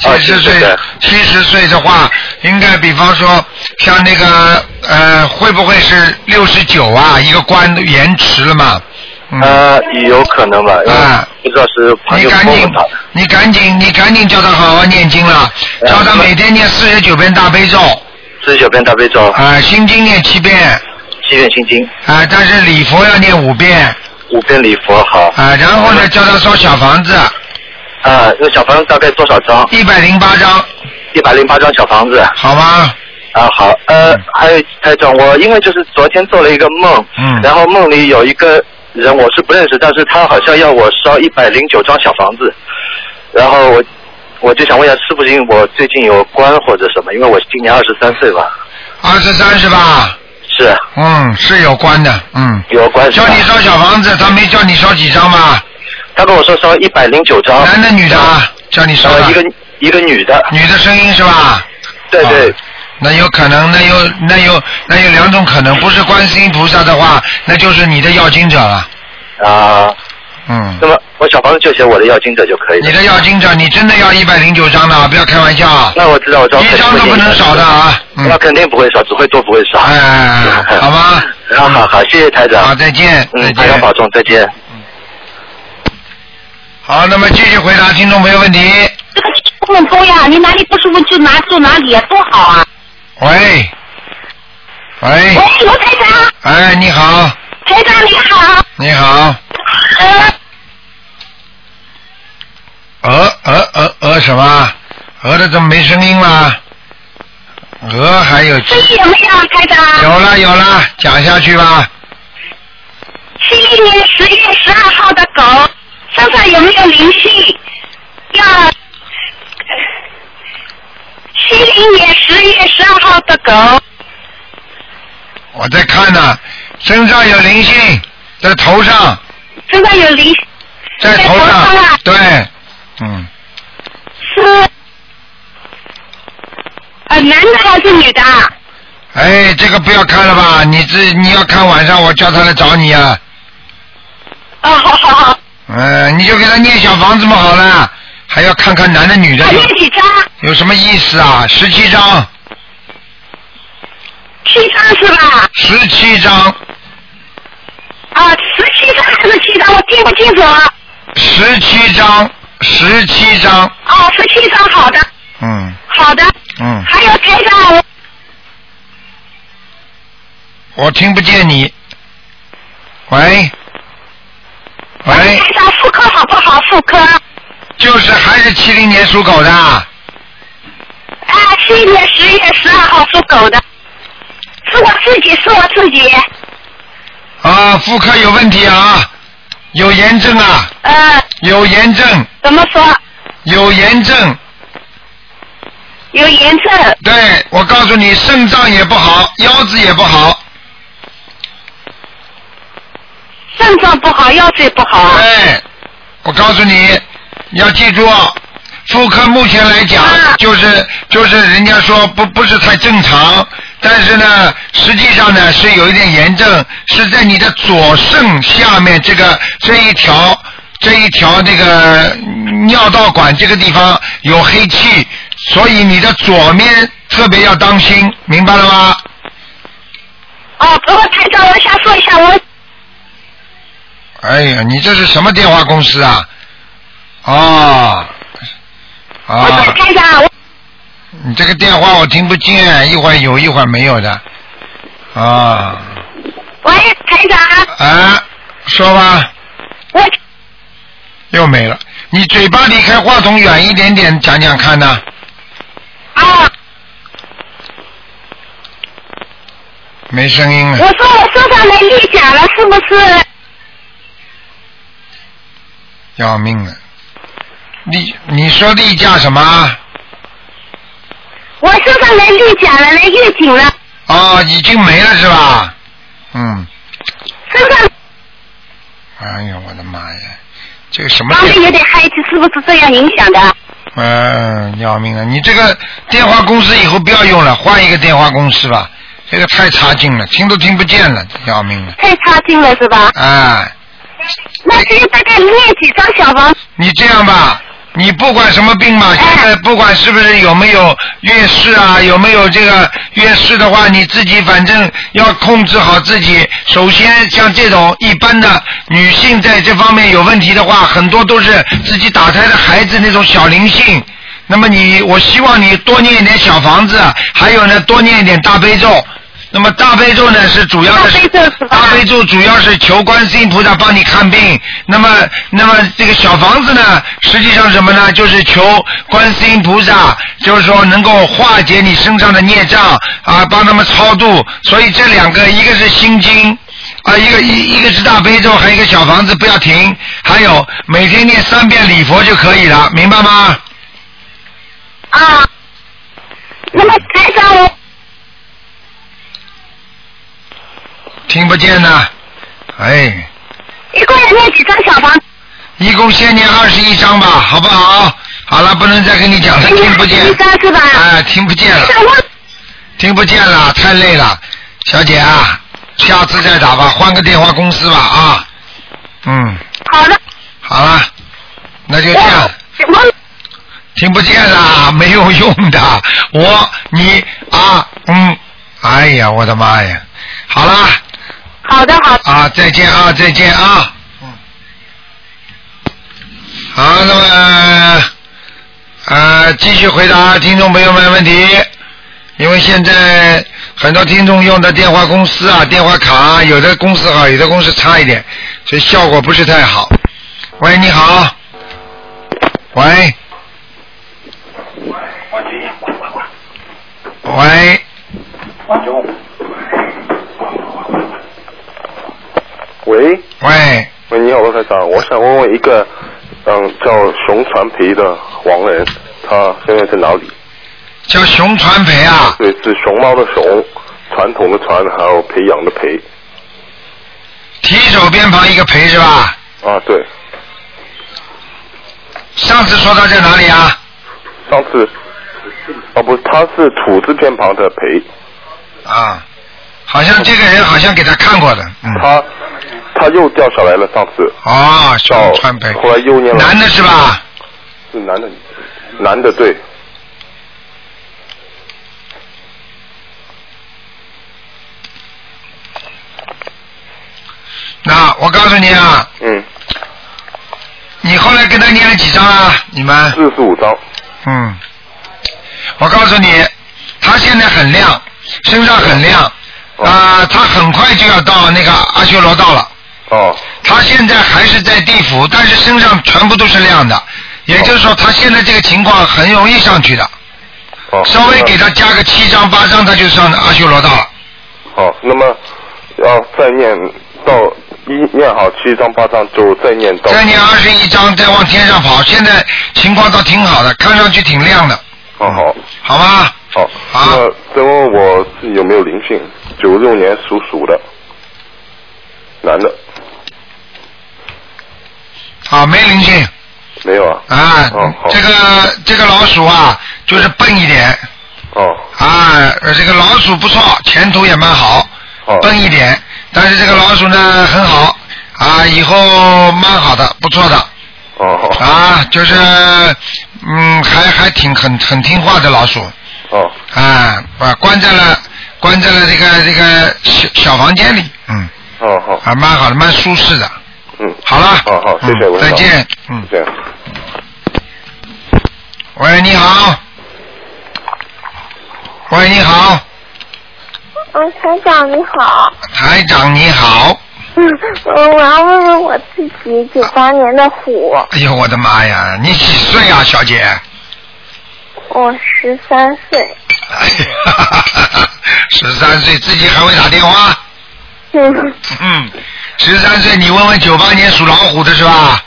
七啊十岁，七十岁的话，应该比方说像那个呃，会不会是六十九啊？一个关延迟了嘛？嗯呃，有可能吧。啊。不知道是朋友赶问紧他的。你赶紧，你赶紧叫他好好念经了，叫他每天念四十九遍大悲咒，嗯四十九遍大悲咒，啊、心经念七遍，七遍心经，啊、但是礼佛要念五遍，五遍礼佛，好。啊、然后呢，叫他烧小房子，啊，那小房子大概多少张？一百零八张。一百零八张小房子。好吗？啊，好。呃，还有台长，我因为就是昨天做了一个梦，嗯然后梦里有一个人我是不认识，但是他好像要我烧一百零九张小房子，然后我我就想问一下，是不是因为我最近有关或者什么？因为我今年二十三岁吧，二十三是吧？是嗯，是有关的，嗯。有关系吧。叫你烧小房子，他没叫你烧几张吧？他跟我说烧一百零九张。男的女的啊？叫你烧呃，的一个一个女的。女的声音是吧？啊对对。那有可能，那有那有那有两种可能，不是观世音菩萨的话，那就是你的要经者了。啊。嗯。那么我小房子就写我的要经者就可以了。你的要经者，你真的要一百零九张的，不要开玩笑啊。那我知道，我知道。一张都不能少的啊。那肯定不会少，只会多不会少。哎，好吗？啊好好好，谢谢台长。嗯好，再见。嗯，台长保重，再见。好，那么继续回答听众朋友问题。不能抽呀，你哪里不舒服就拿就哪里呀，多好啊！喂，喂，喂，罗台长，哎，你好，台长你好，你好，呃，鹅鹅鹅鹅什么？鹅的怎么没声音了？鹅还有最近怎么啊样，台啊长？有了有了，讲下去吧。七一年十月十二号的狗身上有没有灵性？要七零年十月十二号的狗，我在看呢、身上有灵性，在头上，身上有灵在头在头上啊对，嗯，是呃男的还是女的啊？哎，这个不要看了吧？你这你要看晚上我叫他来找你啊。哦，好好好，嗯、你就给他念小房子嘛好了，还要看看男的女的还念几张？有什么意思啊？十七章。七张是吧？十七张，啊，十七张还是七张？我记不清楚了。十七张，十七张，哦，十七张，好的，嗯好的。嗯，还有台长，我我听不见你。喂，喂，台长妇科好不好？妇科，就是还是七零年属狗的啊，啊，七年十月十二号属狗的，是我自己，是我自己，啊，妇科有问题啊，有炎症啊，呃，有炎症，怎么说？有炎症。有炎症，对，我告诉你，肾脏也不好，腰子也不好，肾脏不好，腰子也不好啊。对，哎我告诉你，要记住，哦妇科目前来讲，啊就是就是人家说不不是太正常，但是呢，实际上呢是有一点炎症，是在你的左肾下面这个这一条这一条这个尿道管这个地方有黑气，所以你的左面特别要当心，明白了吗？哦，不过台长，我想说一下，我哎呀，你这是什么电话公司啊？哦，我啊说，台长，我你这个电话我听不见，一会儿有，一会儿没有的。啊，喂，台长，啊，说吧，我又没了。你嘴巴离开话筒远一点点，讲讲看呐、啊，没声音我了，说我身上没力讲了，是不是？要命了。例，你说例假什么啊？我身上没力讲了，来月经了，哦，已经没了是吧？嗯，身上哎呦我的妈呀，这个什么方电面有点嗨气，是不是这样影响的？嗯，要命了！你这个电话公司以后不要用了，换一个电话公司吧。这个太差劲了，听都听不见了，要命了！太差劲了是吧？啊，那这个大概念几张小房子？你这样吧，你不管什么病嘛，现在不管是不是有没有月事啊，有没有这个月事的话，你自己反正要控制好自己。首先，像这种一般的女性在这方面有问题的话，很多都是自己打胎的孩子那种小灵性。那么你，我希望你多念一点小房子，还有呢，多念一点大悲咒。那么大悲咒呢是主要的是大悲咒主要是求观世音菩萨帮你看病。那么那么这个小房子呢，实际上是什么呢？就是求观世音菩萨，就是说能够化解你身上的孽障啊，帮他们超度。所以这两个，一个是心经。啊，一个一一个是大悲咒，还有一个小房子，不要停。还有每天念三遍礼佛就可以了，明白吗？啊，那么台长我听不见呢，哎。一共要念几张小房子？一共先念二十一章吧，好不好？好了，不能再跟你讲哎了，听不见。一章是吧？哎，听不见了，听不见了，太累了，小姐啊，下次再打吧，换个电话公司吧啊。嗯，好的，好了，那就这样。听不见啦，没有用的。我你啊，嗯，哎呀，我的妈呀！好啦。好的，好。啊，再见啊，再见啊。嗯。好，那么呃，继续回答听众朋友们问题。因为现在很多听众用的电话公司啊，电话卡啊有的公司好，有的公司差一点，所以效果不是太好。喂，你好。喂。喂。喂喂，喂，你好，罗台长，我想问问一个，嗯，叫熊传培的黄人，他现在在哪里？叫熊传培啊？对，是熊猫的熊，传统的传，还有培养的培。提手边旁一个培是吧？啊，对，上次说到在哪里啊？上次，哦，不是，他是土字偏旁的培，啊，好像这个人好像给他看过的，嗯他他又掉下来了，上次。啊，熊传培。后来又念了。嗯男的是吧？是男的，男的对，那我告诉你啊，嗯，你后来跟他念了几张啊？你们？四十五张。嗯，我告诉你，他现在很亮，身上很亮，啊、他很快就要到那个阿修罗道了。哦。他现在还是在地府，但是身上全部都是亮的，也就是说，他现在这个情况很容易上去的。哦。稍微给他加个七张八张，他就上阿修罗道了。好，那么要再念到一念好七张八张，就再念到再念二十一章，再往天上跑。现在情况倒挺好的，看上去挺亮的，哦好，嗯好啊吗？好，那再问问我自己有没有灵性？九六年属鼠的，男的啊，没灵性没有啊？啊。哦好，这个这个老鼠啊，就是笨一点哦啊。呃这个老鼠不错，前途也蛮好，哦笨一点。但是这个老鼠呢，很好啊，以后蛮好的，不错的哦好啊，就是嗯，还还挺很很听话的老鼠。哦啊，把关在了关在了这个这个小小房间里，嗯，哦好，啊，蛮好的，蛮舒适的。嗯，好了，好好，谢谢嗯文再长见，嗯，这样。喂，你好。喂，你好，嗯，台长你好，台长你好。嗯，呃我要问问我自己，九八年的虎，哎呦，我的妈呀，你几岁啊，小姐？哦我十三岁，十三岁自己还会打电话？嗯嗯，十三岁你问问九八年属老虎的是吧？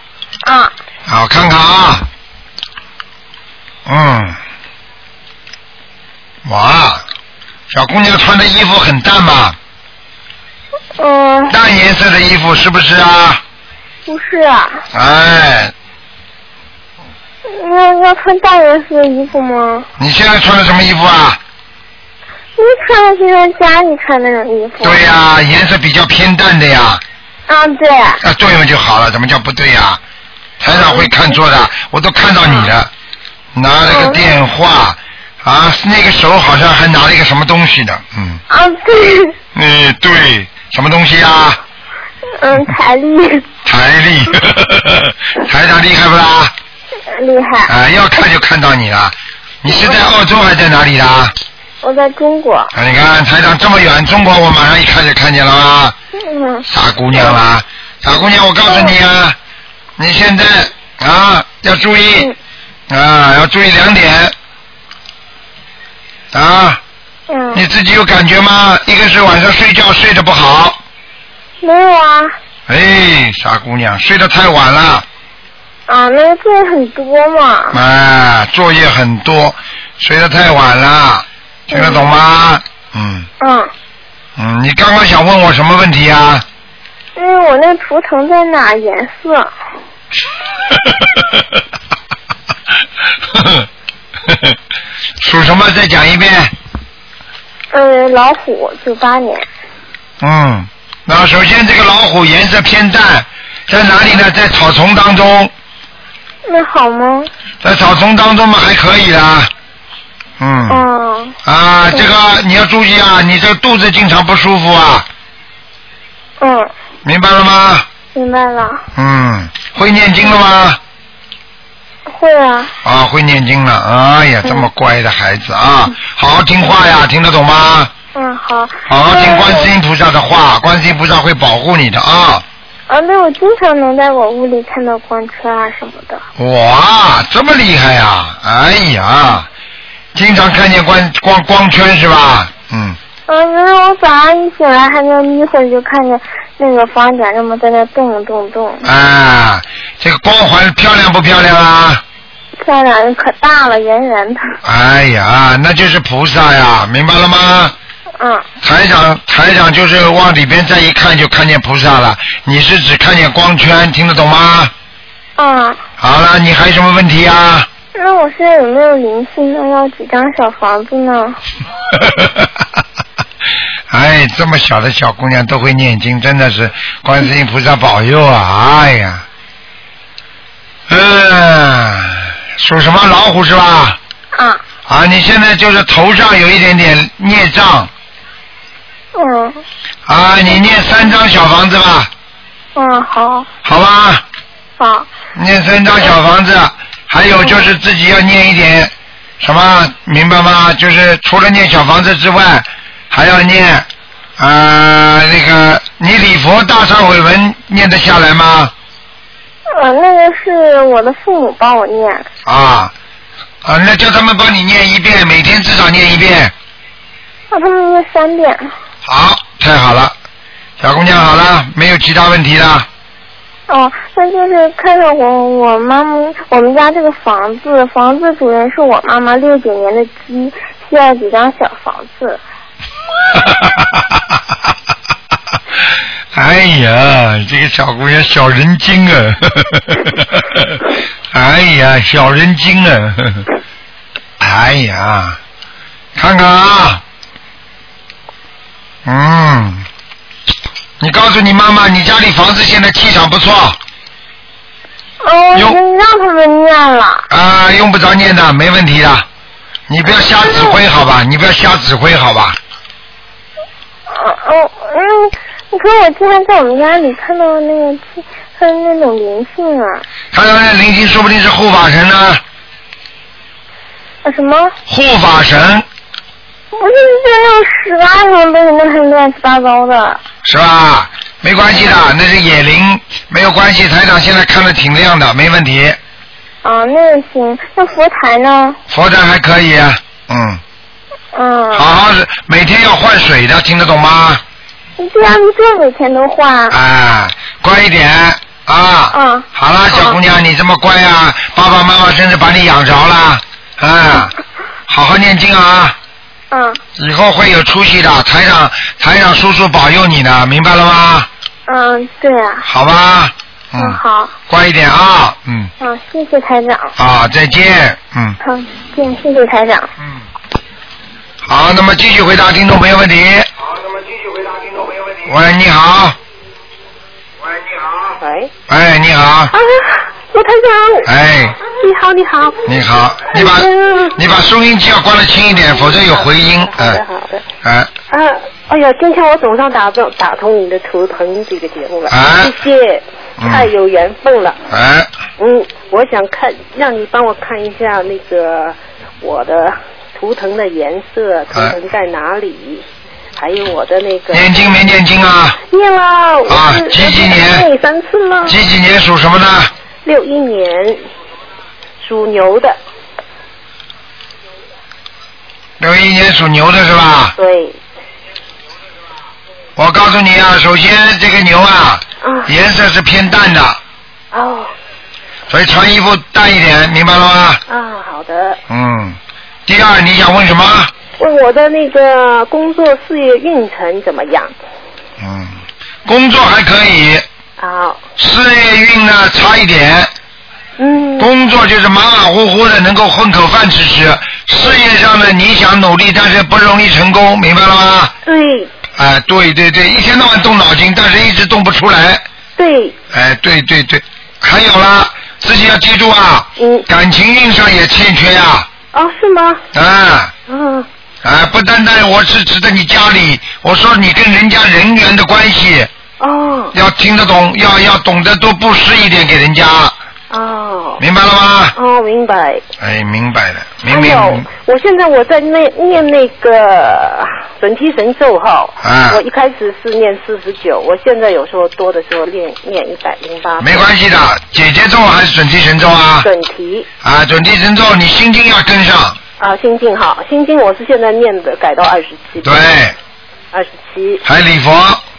嗯啊，好，看看啊。嗯。哇，小姑娘穿的衣服很淡吧？嗯，淡颜色的衣服是不是啊？不是啊，哎，我我穿大人色的衣服吗？你现在穿的什么衣服啊？你穿的是在家里穿那种衣服。对呀、啊颜色比较偏淡的呀。啊，对，啊，对了就好了，怎么叫不对呀、台长会看错的，我都看到你了，拿了个电话，哦啊，那个手好像还拿了一个什么东西的，嗯，啊对，嗯，对，什么东西啊？嗯，台历台 历，台长厉害不啦？厉害。啊，要看就看到你了。你是在澳洲还是在哪里的？啊，我在中国。你看台长这么远，中国我马上一看就看见了啊。嗯。嗯傻姑娘啦，傻姑娘，我告诉你啊，你现在啊要注意啊，要注意两点啊。嗯。你自己有感觉吗？一个是晚上睡觉睡得不好，没有啊，哎，傻姑娘睡得太晚了，啊，那个作业很多嘛。啊，作业很多，睡得太晚了，听得懂吗？嗯嗯，嗯，你刚刚想问我什么问题啊？ 因为我那图腾在哪颜色？属什么？再讲一遍。嗯，老虎，九八年。嗯，那首先这个老虎颜色偏淡，在哪里呢？在草丛当中，嗯那好吗？在草丛当中嘛还可以啦。嗯。哦嗯。啊，这个你要注意啊，你这个肚子经常不舒服啊，嗯，明白了吗？明白了。嗯，会念经了吗？会啊，啊，会念经了。哎呀，嗯这么乖的孩子啊，好好听话呀，听得懂吗？嗯，好。呃好好听观世音菩萨的话，观世音菩萨会保护你的啊。啊，那我经常能在我屋里看到光圈啊什么的。哇，这么厉害呀、哎呀，经常看见光光光圈是吧？嗯，嗯，因为我早上一醒来还没有一会儿就看见那个房顶那么在那动了动动，啊，这个光环漂亮不漂亮啊？漂亮可大了，圆圆的。哎呀，那就是菩萨呀，明白了吗？嗯。台长，台长就是往里边再一看就看见菩萨了，你是只看见光圈，听得懂吗？嗯，好了，你还有什么问题啊？那我现在有没有灵性？那要几张小房子呢？哎，这么小的小姑娘都会念经，真的是观世音菩萨保佑啊！哎呀，嗯，属什么老虎是吧？啊。啊，你现在就是头上有一点点孽障嗯啊，你念三张小房子吧，嗯，好好吧？好念三张小房子，还有就是自己要念一点什么，明白吗？就是除了念小房子之外，还要念啊、呃那个你礼佛大忏悔文念得下来吗？呃，那个是我的父母帮我念。啊啊，那叫他们帮你念一遍，每天至少念一遍。那他们念三遍。好，太好了，小姑娘好了，没有其他问题了。哦，那就是看看我我妈妈我们家这个房子，房子主人是我妈妈六九年的鸡，需要几张小房子？哎呀，这个小姑娘小人精啊！哎呀，小人精啊！哎呀，看看啊，嗯，你告诉你妈妈，你家里房子现在气场不错哦，已经让他们念了。啊，用不着念的，没问题的。你不要瞎指挥好吧？你不要瞎指挥好吧？哦哦嗯，可我经常在我们家里看到那个鸡，看到那种灵性啊，看到那灵性，说不定是护法神呢，啊什么？护法神不是这种屎啊什么东西，那很乱七八糟的。是吧？没关系的，那是野灵，没有关系。台长现在看的挺亮的，没问题。啊，那个行，那佛台呢？佛台还可以，嗯，啊，嗯。好好的，每天要换水的，听得懂吗？对呀，你这每天都换。啊，乖一点啊！嗯。好啦，小姑娘，你这么乖啊，爸爸妈妈真是把你养着了啊！好好念经啊，嗯以后会有出息的，台长台长叔叔保佑你呢，明白了吗？嗯，对呀。好吧，嗯，嗯，好，乖一点啊，嗯，嗯，谢谢台长。啊，再见，嗯，好，再见，谢谢台长。好，那么继续回答听众朋友问题。好，那么继续回答听众朋友问题。喂，你好，喂，哎，你好，啊，罗台长，哎，你好，你好，你好，你把你把收音机要关的轻一点，否则有回音，哎，哎，啊，哎呀，今天我总算打通打通你的图腾这个节目了，谢谢，啊嗯太有缘分了。哎，嗯，我想看，让你帮我看一下那个我的图腾的颜色，图腾在哪里？还有我的那个啊念经没念经啊？念了，我啊是几几年念三次了。几几年属什么呢？六一年，属牛的，六一年属牛的是吧？对。我告诉你啊，首先这个牛啊，颜色是偏淡的，哦，所以穿衣服淡一点，明白了吗？啊，好的。嗯。第二，你想问什么？问我的那个工作事业运程怎么样？嗯，工作还可以，啊，事业运呢差一点。嗯。工作就是马马虎虎的，能够混口饭吃吃。事业上呢，你想努力，但是不容易成功，明白了吗？对哎，对对对，一天到晚动脑筋，但是一直动不出来。对。哎，对对对，还有啦，自己要记住啊，嗯、感情运上也欠缺呀、哦，是吗？啊，啊。嗯，啊，不单单我是指的你家里，我说你跟人家人缘的关系。哦。要听得懂，要要懂得多布施一点给人家。哦。明白了吗？哦，明白。哎，明白了，明还明。有，我现在我在念念那个准提神咒哈，啊我一开始是念四十九，我现在有时候多的时候念念一百零八。没关系的，姐姐咒还是准提神咒啊？准提啊，准提神咒你心经要跟上，啊，心经哈，心经我是现在念的改到二十七，对，二十七。还礼佛，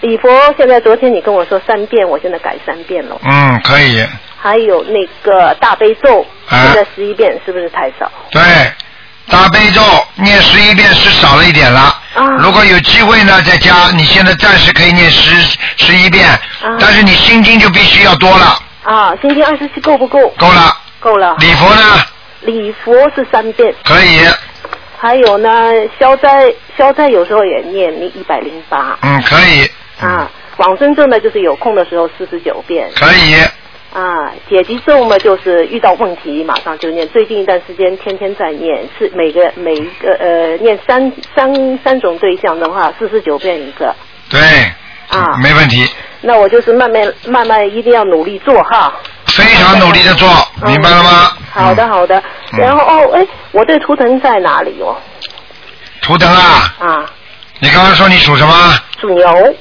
礼佛现在昨天你跟我说三遍，我现在改三遍了。嗯，可以，还有那个大悲咒，啊现在十一遍是不是太少？对，大悲咒念十一遍是少了一点了。啊如果有机会呢，在家你现在暂时可以念十十一遍，但是你心经就必须要多了，啊，心经二十七够不够？够了。够了。礼佛呢？礼佛是三遍，可以，还有呢，消灾消灾有时候也念一百零八嗯，可以，啊。往生咒呢，就是有空的时候四十九遍可以，啊。解结咒嘛，就是遇到问题马上就念。最近一段时间天天在念，是每个每一个呃念三三三种对象的话，四十九遍一个对，啊。没问题，那我就是慢慢慢慢一定要努力做哈。非常努力的做，明白了吗？好嗯的好的，然后哦哎，我这图腾在哪里哦？图腾啊，啊，你刚刚说你属什么？属牛，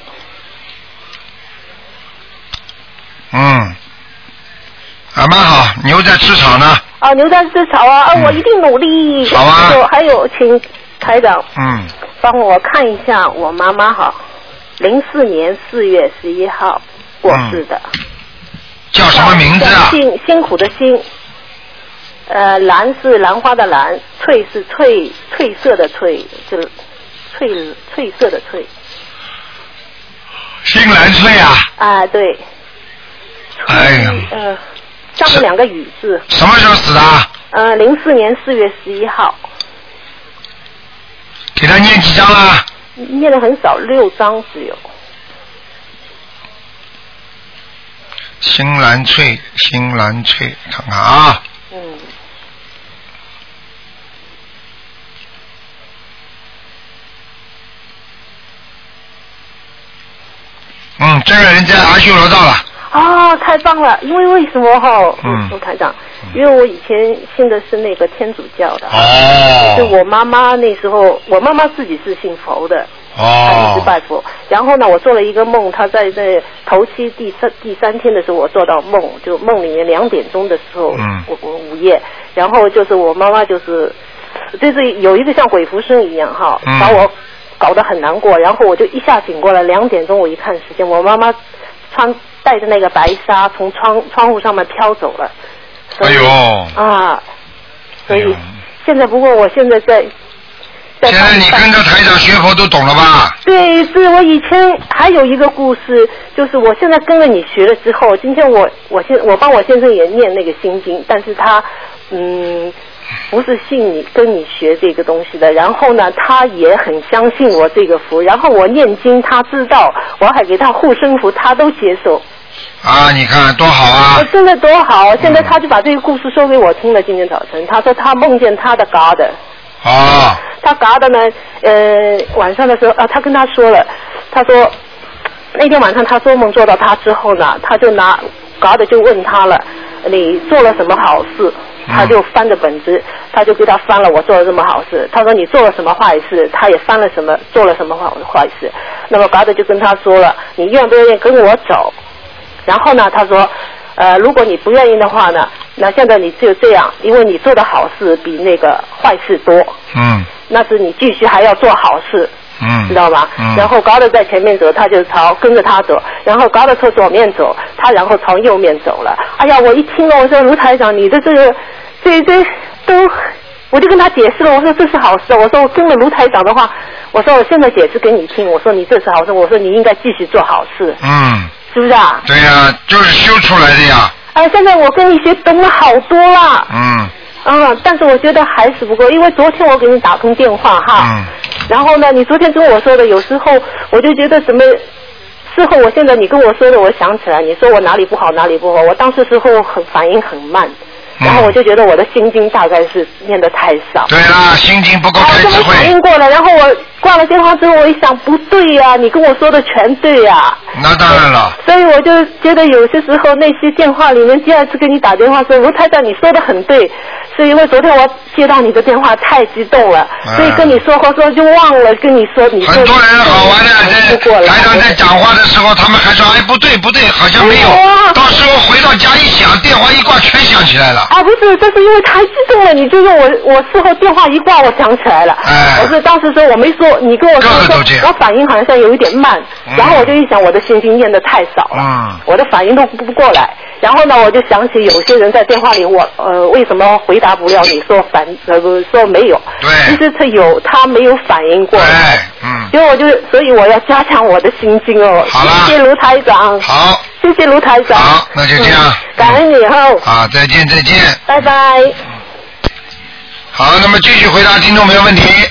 嗯，啊，蛮好，牛在吃草呢。啊，牛在市场啊，啊，我一定努力。好嗯啊还有还有，请台长嗯，帮我看一下我妈妈哈，零四年四月十一号过世的。嗯叫什么名字啊？辛辛苦的辛，呃，兰是兰花的兰，翠是翠翠色的翠，就是翠翠色的翠。新兰翠啊！啊，对，哎呀，呃，上面两个雨字。什么时候死的啊？呃，零四年四月十一号，给他念几张啊啦？念的很少，六张只有。新兰翠，新兰翠，看看啊，嗯。嗯，这个人在阿修罗道了，哦，太棒了！因为为什么哈、嗯卢台长，因为我以前信的是那个天主教的，哦就我妈妈那时候，我妈妈自己是信佛的，她一直哦，拜佛。然后呢，我做了一个梦，她在那头七第三第三天的时候，我做到梦，就梦里面两点钟的时候，嗯我我午夜，然后就是我妈妈就是就是有一个像鬼附身一样哈，嗯把我搞得很难过，然后我就一下醒过来，两点钟我一看时间，我妈妈穿带着那个白纱从窗窗户上面飘走了哎呦，哎啊，所以现在不过我现在在现在你跟着台长学佛都懂了吧？对对，我以前还有一个故事，就是我现在跟了你学了之后，今天我我先我帮我先生也念那个心经，但是他嗯不是信你跟你学这个东西的，然后呢他也很相信我这个符，然后我念经他知道，我还给他护身符，他都接受，啊，你看多好啊！我真的多好。现在他就把这个故事说给我听了，今天早晨他说他梦见他的 God。啊，他嘎达呢，呃，晚上的时候啊，他跟他说了，他说那天晚上他做梦做到他之后呢，他就拿嘎达就问他了，你做了什么好事？嗯他就翻着本子，他就给他翻了我做了这么好事。他说你做了什么坏事？他也翻了什么做了什么好坏事？那么嘎达就跟他说了，你愿不愿意跟我走？然后呢，他说，呃，如果你不愿意的话呢，那现在你就这样，因为你做的好事比那个坏事多。嗯那是你继续还要做好事，嗯，知道吧？嗯然后高的在前面走，他就朝跟着他走，然后高的从左面走，他然后朝右面走了。哎呀，我一听哦，我说卢台长，你的这个这这都。我就跟他解释了，我说这是好事，我说我跟了卢台长的话，我说我现在解释给你听，我说你这是好事，我说你应该继续做好事，嗯，是不是啊？对呀、就是修出来的呀，哎，现在我跟你学懂了好多啦，嗯嗯，但是我觉得还是不够，因为昨天我给你打通电话哈，嗯，然后呢，你昨天跟我说的，有时候我就觉得怎么，事后我现在你跟我说的，我想起来，你说我哪里不好哪里不好，我当时时候很反应很慢，然后我就觉得我的心经大概是念的太少。嗯对啦，心经不够开智我慧，反应过来，然后我挂了电话之后，我一想不对呀、啊你跟我说的全对呀、那当然了，所以我就觉得有些时候那些电话里面，第二次给你打电话说卢台长你说的很对，是因为昨天我接到你的电话太激动了，嗯所以跟你说话说就忘了跟你说你啊说。很多啊人好玩的，台长在讲话的时候，他们还说哎不对不对，好像没有，到时候回到家一想，电话一挂全想起来了。啊，不是，这是因为太激动了，你就是我，我事后电话一挂，我想起来了。我是当时说我没说，你哎跟我说说，我反应好像有一点慢，嗯然后我就一想我的心经念的太少了，嗯我的反应都不不过来。然后呢，我就想起有些人在电话里我呃为什么回答不了你说反呃不说没有，其实他有他没有反应过来，嗯，所以我就所以我要加强我的心经哦。好啦谢谢卢台长。好。谢谢卢台长。好，那就这样感恩你后，啊，再见再见。拜拜。好，那么继续回答听众朋友问题。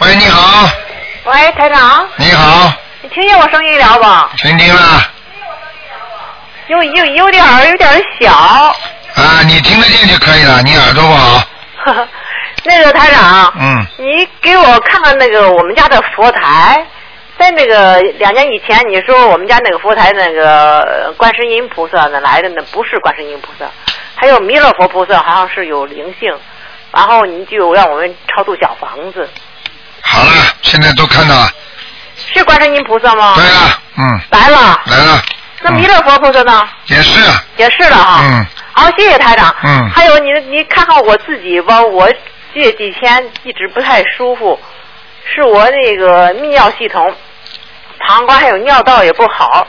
喂，你好，喂，台长，你好，你听见我声音了吧？听听了有有有点儿有点儿小。 啊，你听得见就可以了，你耳朵不好，那个台长，嗯，你给我看看那个我们家的佛台，在那个两年以前，你说我们家那个佛台那个呃观世音菩萨呢来的呢不是观世音菩萨，还有弥勒佛菩萨好像是有灵性，然后你就让我们超度小房子，好了，现在都看到了，是观世音菩萨吗？对了，嗯，来了。来了，那弥勒佛菩萨呢？嗯也是，也是了哈。嗯好，谢谢台长。嗯还有你，你看看我自己吧，我这几天一直不太舒服，是我那个泌尿系统、膀胱还有尿道也不好，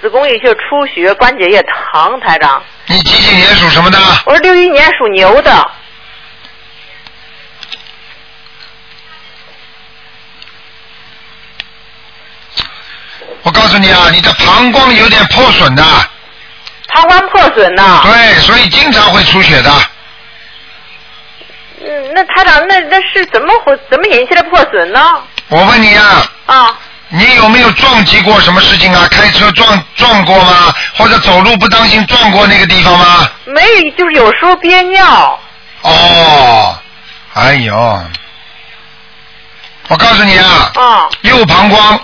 子宫也就出血，关节也疼。台长，你几几年属什么的？我是六一年属牛的，我告诉你啊，你的膀胱有点破损的，膀胱破损呐。对，所以经常会出血的。嗯，那台长，那那是怎么回？怎么引起的破损呢？我问你啊，啊，你有没有撞击过什么事情啊？开车撞撞过吗？或者走路不当心撞过那个地方吗？没，就是有时候憋啊尿。哦，哎呦，我告诉你啊，啊，右膀胱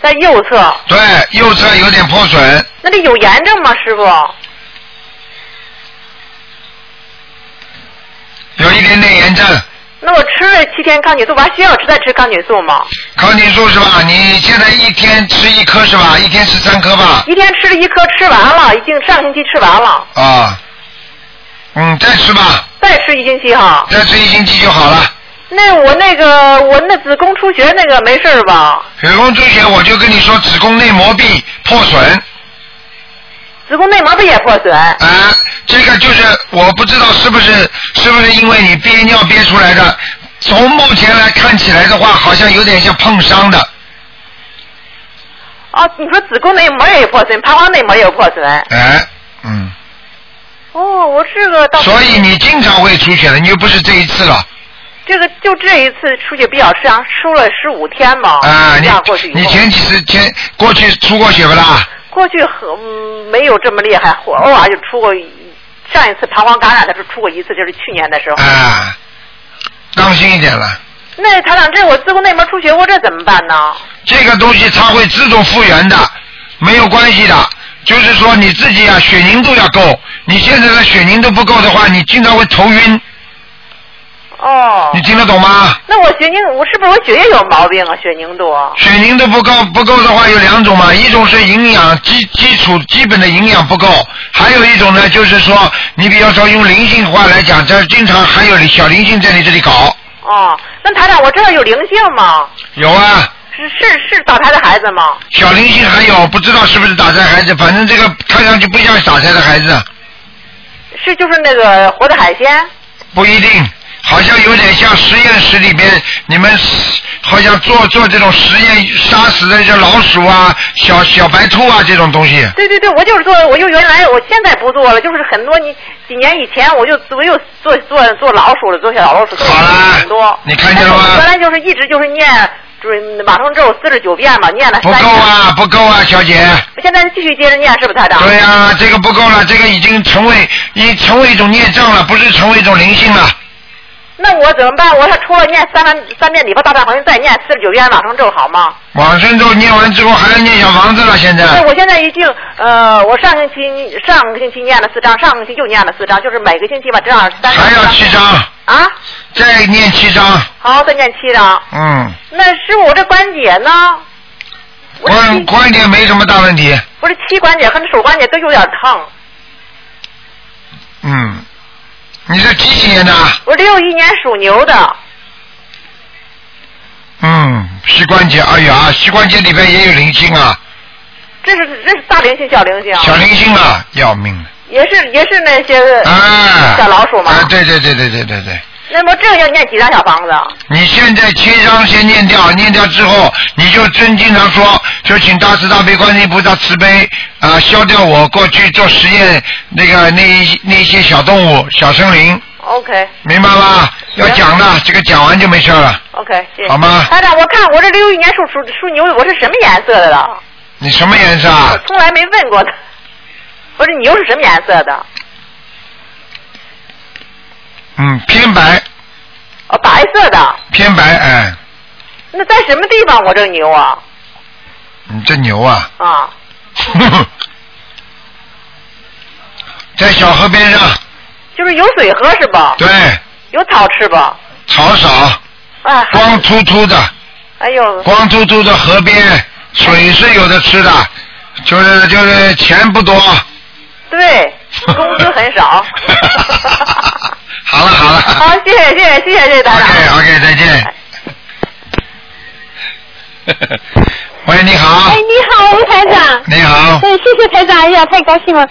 在右侧。对右侧有点破损，那这有炎症吗，师傅？有一点点炎症。那我吃了七天抗菌素，我还需要吃再吃抗菌素吗？抗菌素是吧？你现在一天吃一颗是吧？一天吃三颗吧？一天吃了一颗，吃完了，已经上星期吃完了，啊，嗯，再吃吧。再吃一星期哈。再吃一星期就好了。那我那个我那子宫出血那个没事儿吧？子宫出血，我就跟你说，子宫内膜壁破损。子宫内膜不也破损？啊，这个就是我不知道是不是是不是因为你憋尿憋出来的。从目前来看起来的话，好像有点像碰伤的。哦，你说子宫内膜也有破损，膀胱内膜也有破损。哎，嗯，哦，我这个到所以你经常会出血的，你又不是这一次了。这个就这一次出去比较长，出了十五天嘛。啊，这样过去以你后，你前几次前过去出过血不啦？过去很、嗯没有这么厉害，偶偶尔就出过一。上一次膀胱感染的时候出过一次，就是去年的时候。啊，当心一点了，那台长，这我子宫内膜出血，我这怎么办呢？这个东西它会自动复原的，没有关系的。就是说你自己啊，血凝度要够。你现在的血凝度不够的话，你经常会头晕。哦。你听得懂吗？那我血凝，我是不是我血液有毛病啊？血凝度啊？水凝度不够不够的话有两种嘛，一种是营养基基础基本的营养不够，还有一种呢就是说，你比方说用灵性话来讲，这经常还有小灵性在你这里搞，哦，那台长，我知道有灵性吗？有啊，是是是打胎的孩子吗？小灵性还有不知道是不是打胎孩子，反正这个看上去不像打胎的孩子，是就是那个活的海鲜？不一定，好像有点像实验室里边你们好像做做这种实验杀死的这老鼠啊、小小白兔啊这种东西，对对对，我就是做，我就原来我现在不做了，就是很多你几年以前我就我又做做做老鼠了，做小老鼠做很多。你看见了吗？原来就是一直就是念准往生咒四十九遍嘛，念了不三够年。啊，不够啊，小姐。我现在继续接着念，是不是台长？对呀、这个不够了，这个已经成为已成为一种孽障了，不是成为一种灵性了。那我怎么办？我要除了念三万三遍礼佛大忏悔文，再念四十九遍往生咒，好吗？往生咒念完之后还要念小房子了，现在对，我现在已经呃，我上星期上个星期念了四张，上个星期又念了四张，就是每个星期吧，这样三还要七张，啊，再念七张。好，再念七张。嗯，那师傅，我这关节呢？关关节没什么大问题。我这膝关节和这手关节都有点疼。嗯，你是几几年的？我六一年属牛的，嗯，膝关节，哎呀，膝关节里边也有灵性啊，这是这是大灵性小灵性，小灵性啊，要命了。也是也是那些啊呃小老鼠嘛。啊，对对对对对对对。那么这个要念几张小房子？啊你现在七章先念掉，念掉之后，你就真经常说，就请大慈大悲观世音菩萨慈悲啊、消掉我过去做实验那个那一那一些小动物、小生灵， OK 明白吗？要讲的，这个讲完就没事了。 OK，谢谢。好吗台长，我看我这六一年属属属牛的，我是什么颜色的了？你什么颜色啊？从来没问过他。不是牛是什么颜色的？嗯，偏白，哦，白色的。偏白，哎，那在什么地方？我这个牛啊你这牛啊，啊！ 在小河边上，就是有水喝是吧？对，有草吃吧？草少，哎，还光秃秃的。哎呦，光秃秃的河边，水是有的吃的，就是就是钱不多。对，工资很少。 好了好了好，谢谢谢谢谢谢谢谢台长。 ，OK，再见。喂，你好，哎，你好，吴台长。你好对，谢谢台长，哎呀，太高兴了。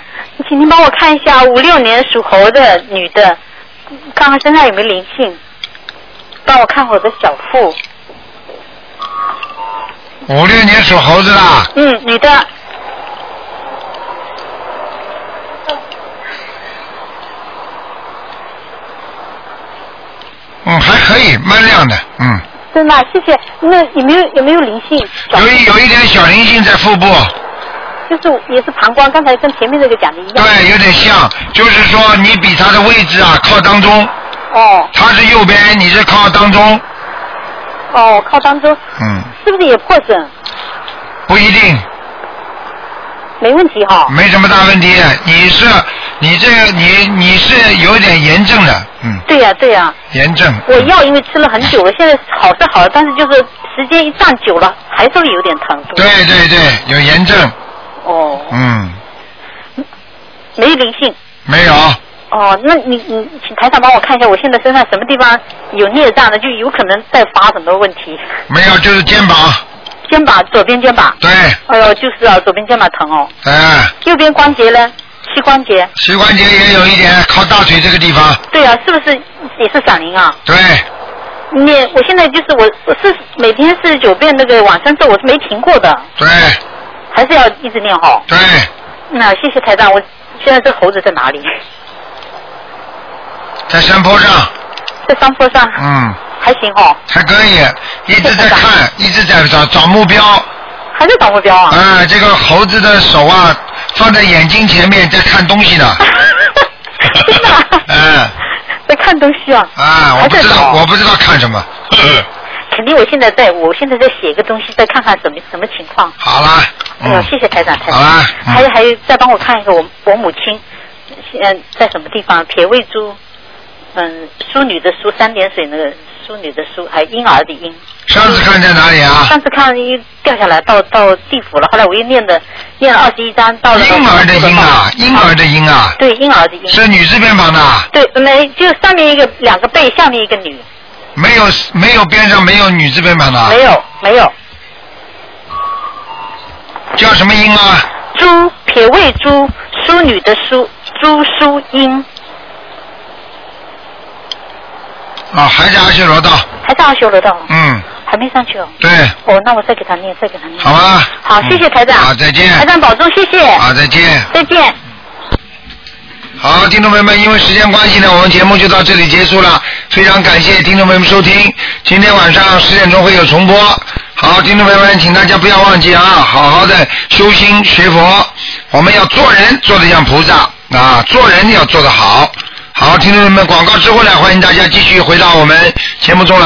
请您帮我看一下，五六年属猴的女的，看看身上有没有灵性。帮我看我的小腹。五六年属猴子的，嗯，女的。嗯，还可以，蛮亮的，嗯，真的，谢谢。那有没有有没有灵性？有一有一点小灵性在腹部，就是也是膀胱，刚才跟前面那个讲的一样。对，有点像，就是说你比它的位置啊靠当中，哦它是右边，你是靠当中，哦，靠当中嗯，是不是也破损？不一定，没问题哈、没什么大问题，啊你是你这个你你是有点炎症的，嗯，对呀、对呀、炎症，我药因为吃了很久了，现在好是好了，但是就是时间一站久了，还是会有点疼。对对对，有炎症，哦，嗯，没灵性。没有，哦，哦，那你你请台长帮我看一下，我现在身上什么地方有孽障的，就有可能再发很多问题。没有，就是肩膀，肩膀，左边肩膀。对。哎呦，就是啊，左边肩膀疼哦。哎，右边关节呢？膝关节。膝关节也有一点靠大腿这个地方。对啊，是不是也是闪灵啊？对，你我现在就是我我是每天四十九遍那个往生咒，我是没停过的。对。还是要一直念好。对。那谢谢台长，我现在这猴子在哪里？在山坡上，在山坡上嗯，还行哦，还可以，一直在看，一直在找找目标。还在找目标啊？啊、这个猴子的手啊，放在眼睛前面在看东 西呢。嗯，在看东西啊。 啊，我还不在知道，找我不知道看什么。肯定我现在在，我现在在写一个东西，再看看什么什么情况。好啦，哎呦，谢谢台长，台长。嗯好啦嗯还有还有，再帮我看一个我我母亲，现在在什么地方？撇位猪，嗯，淑女的淑，三点水那个淑女的淑，还有婴儿的婴。上次看在哪里啊？上次看一掉下来到到地府了，后来我又念的念了二十一章，到了婴儿的婴啊，婴儿的婴啊，对婴儿的婴。是女字边旁的啊，对，没就上面一个两个贝，下面一个女，没有没有边上没有女字边旁的啊，没有没有。叫什么音啊？猪撇位猪，淑女的淑，猪淑英，啊，还是阿修罗道，还是阿修罗道，嗯，还没上去哦。对，哦，那我再给他念，再给他念。好吧。嗯好，谢谢台长。好再见台长保重，谢谢。好，再见。再见。好，听众朋友们，因为时间关系呢，我们节目就到这里结束了。非常感谢听众朋友们收听，今天晚上十点钟会有重播。好，听众朋友们，请大家不要忘记啊，好好的修心学佛，我们要做人做得像菩萨啊，做人要做得好。好，听众朋友们，广告之后呢，欢迎大家继续回到我们节目中来。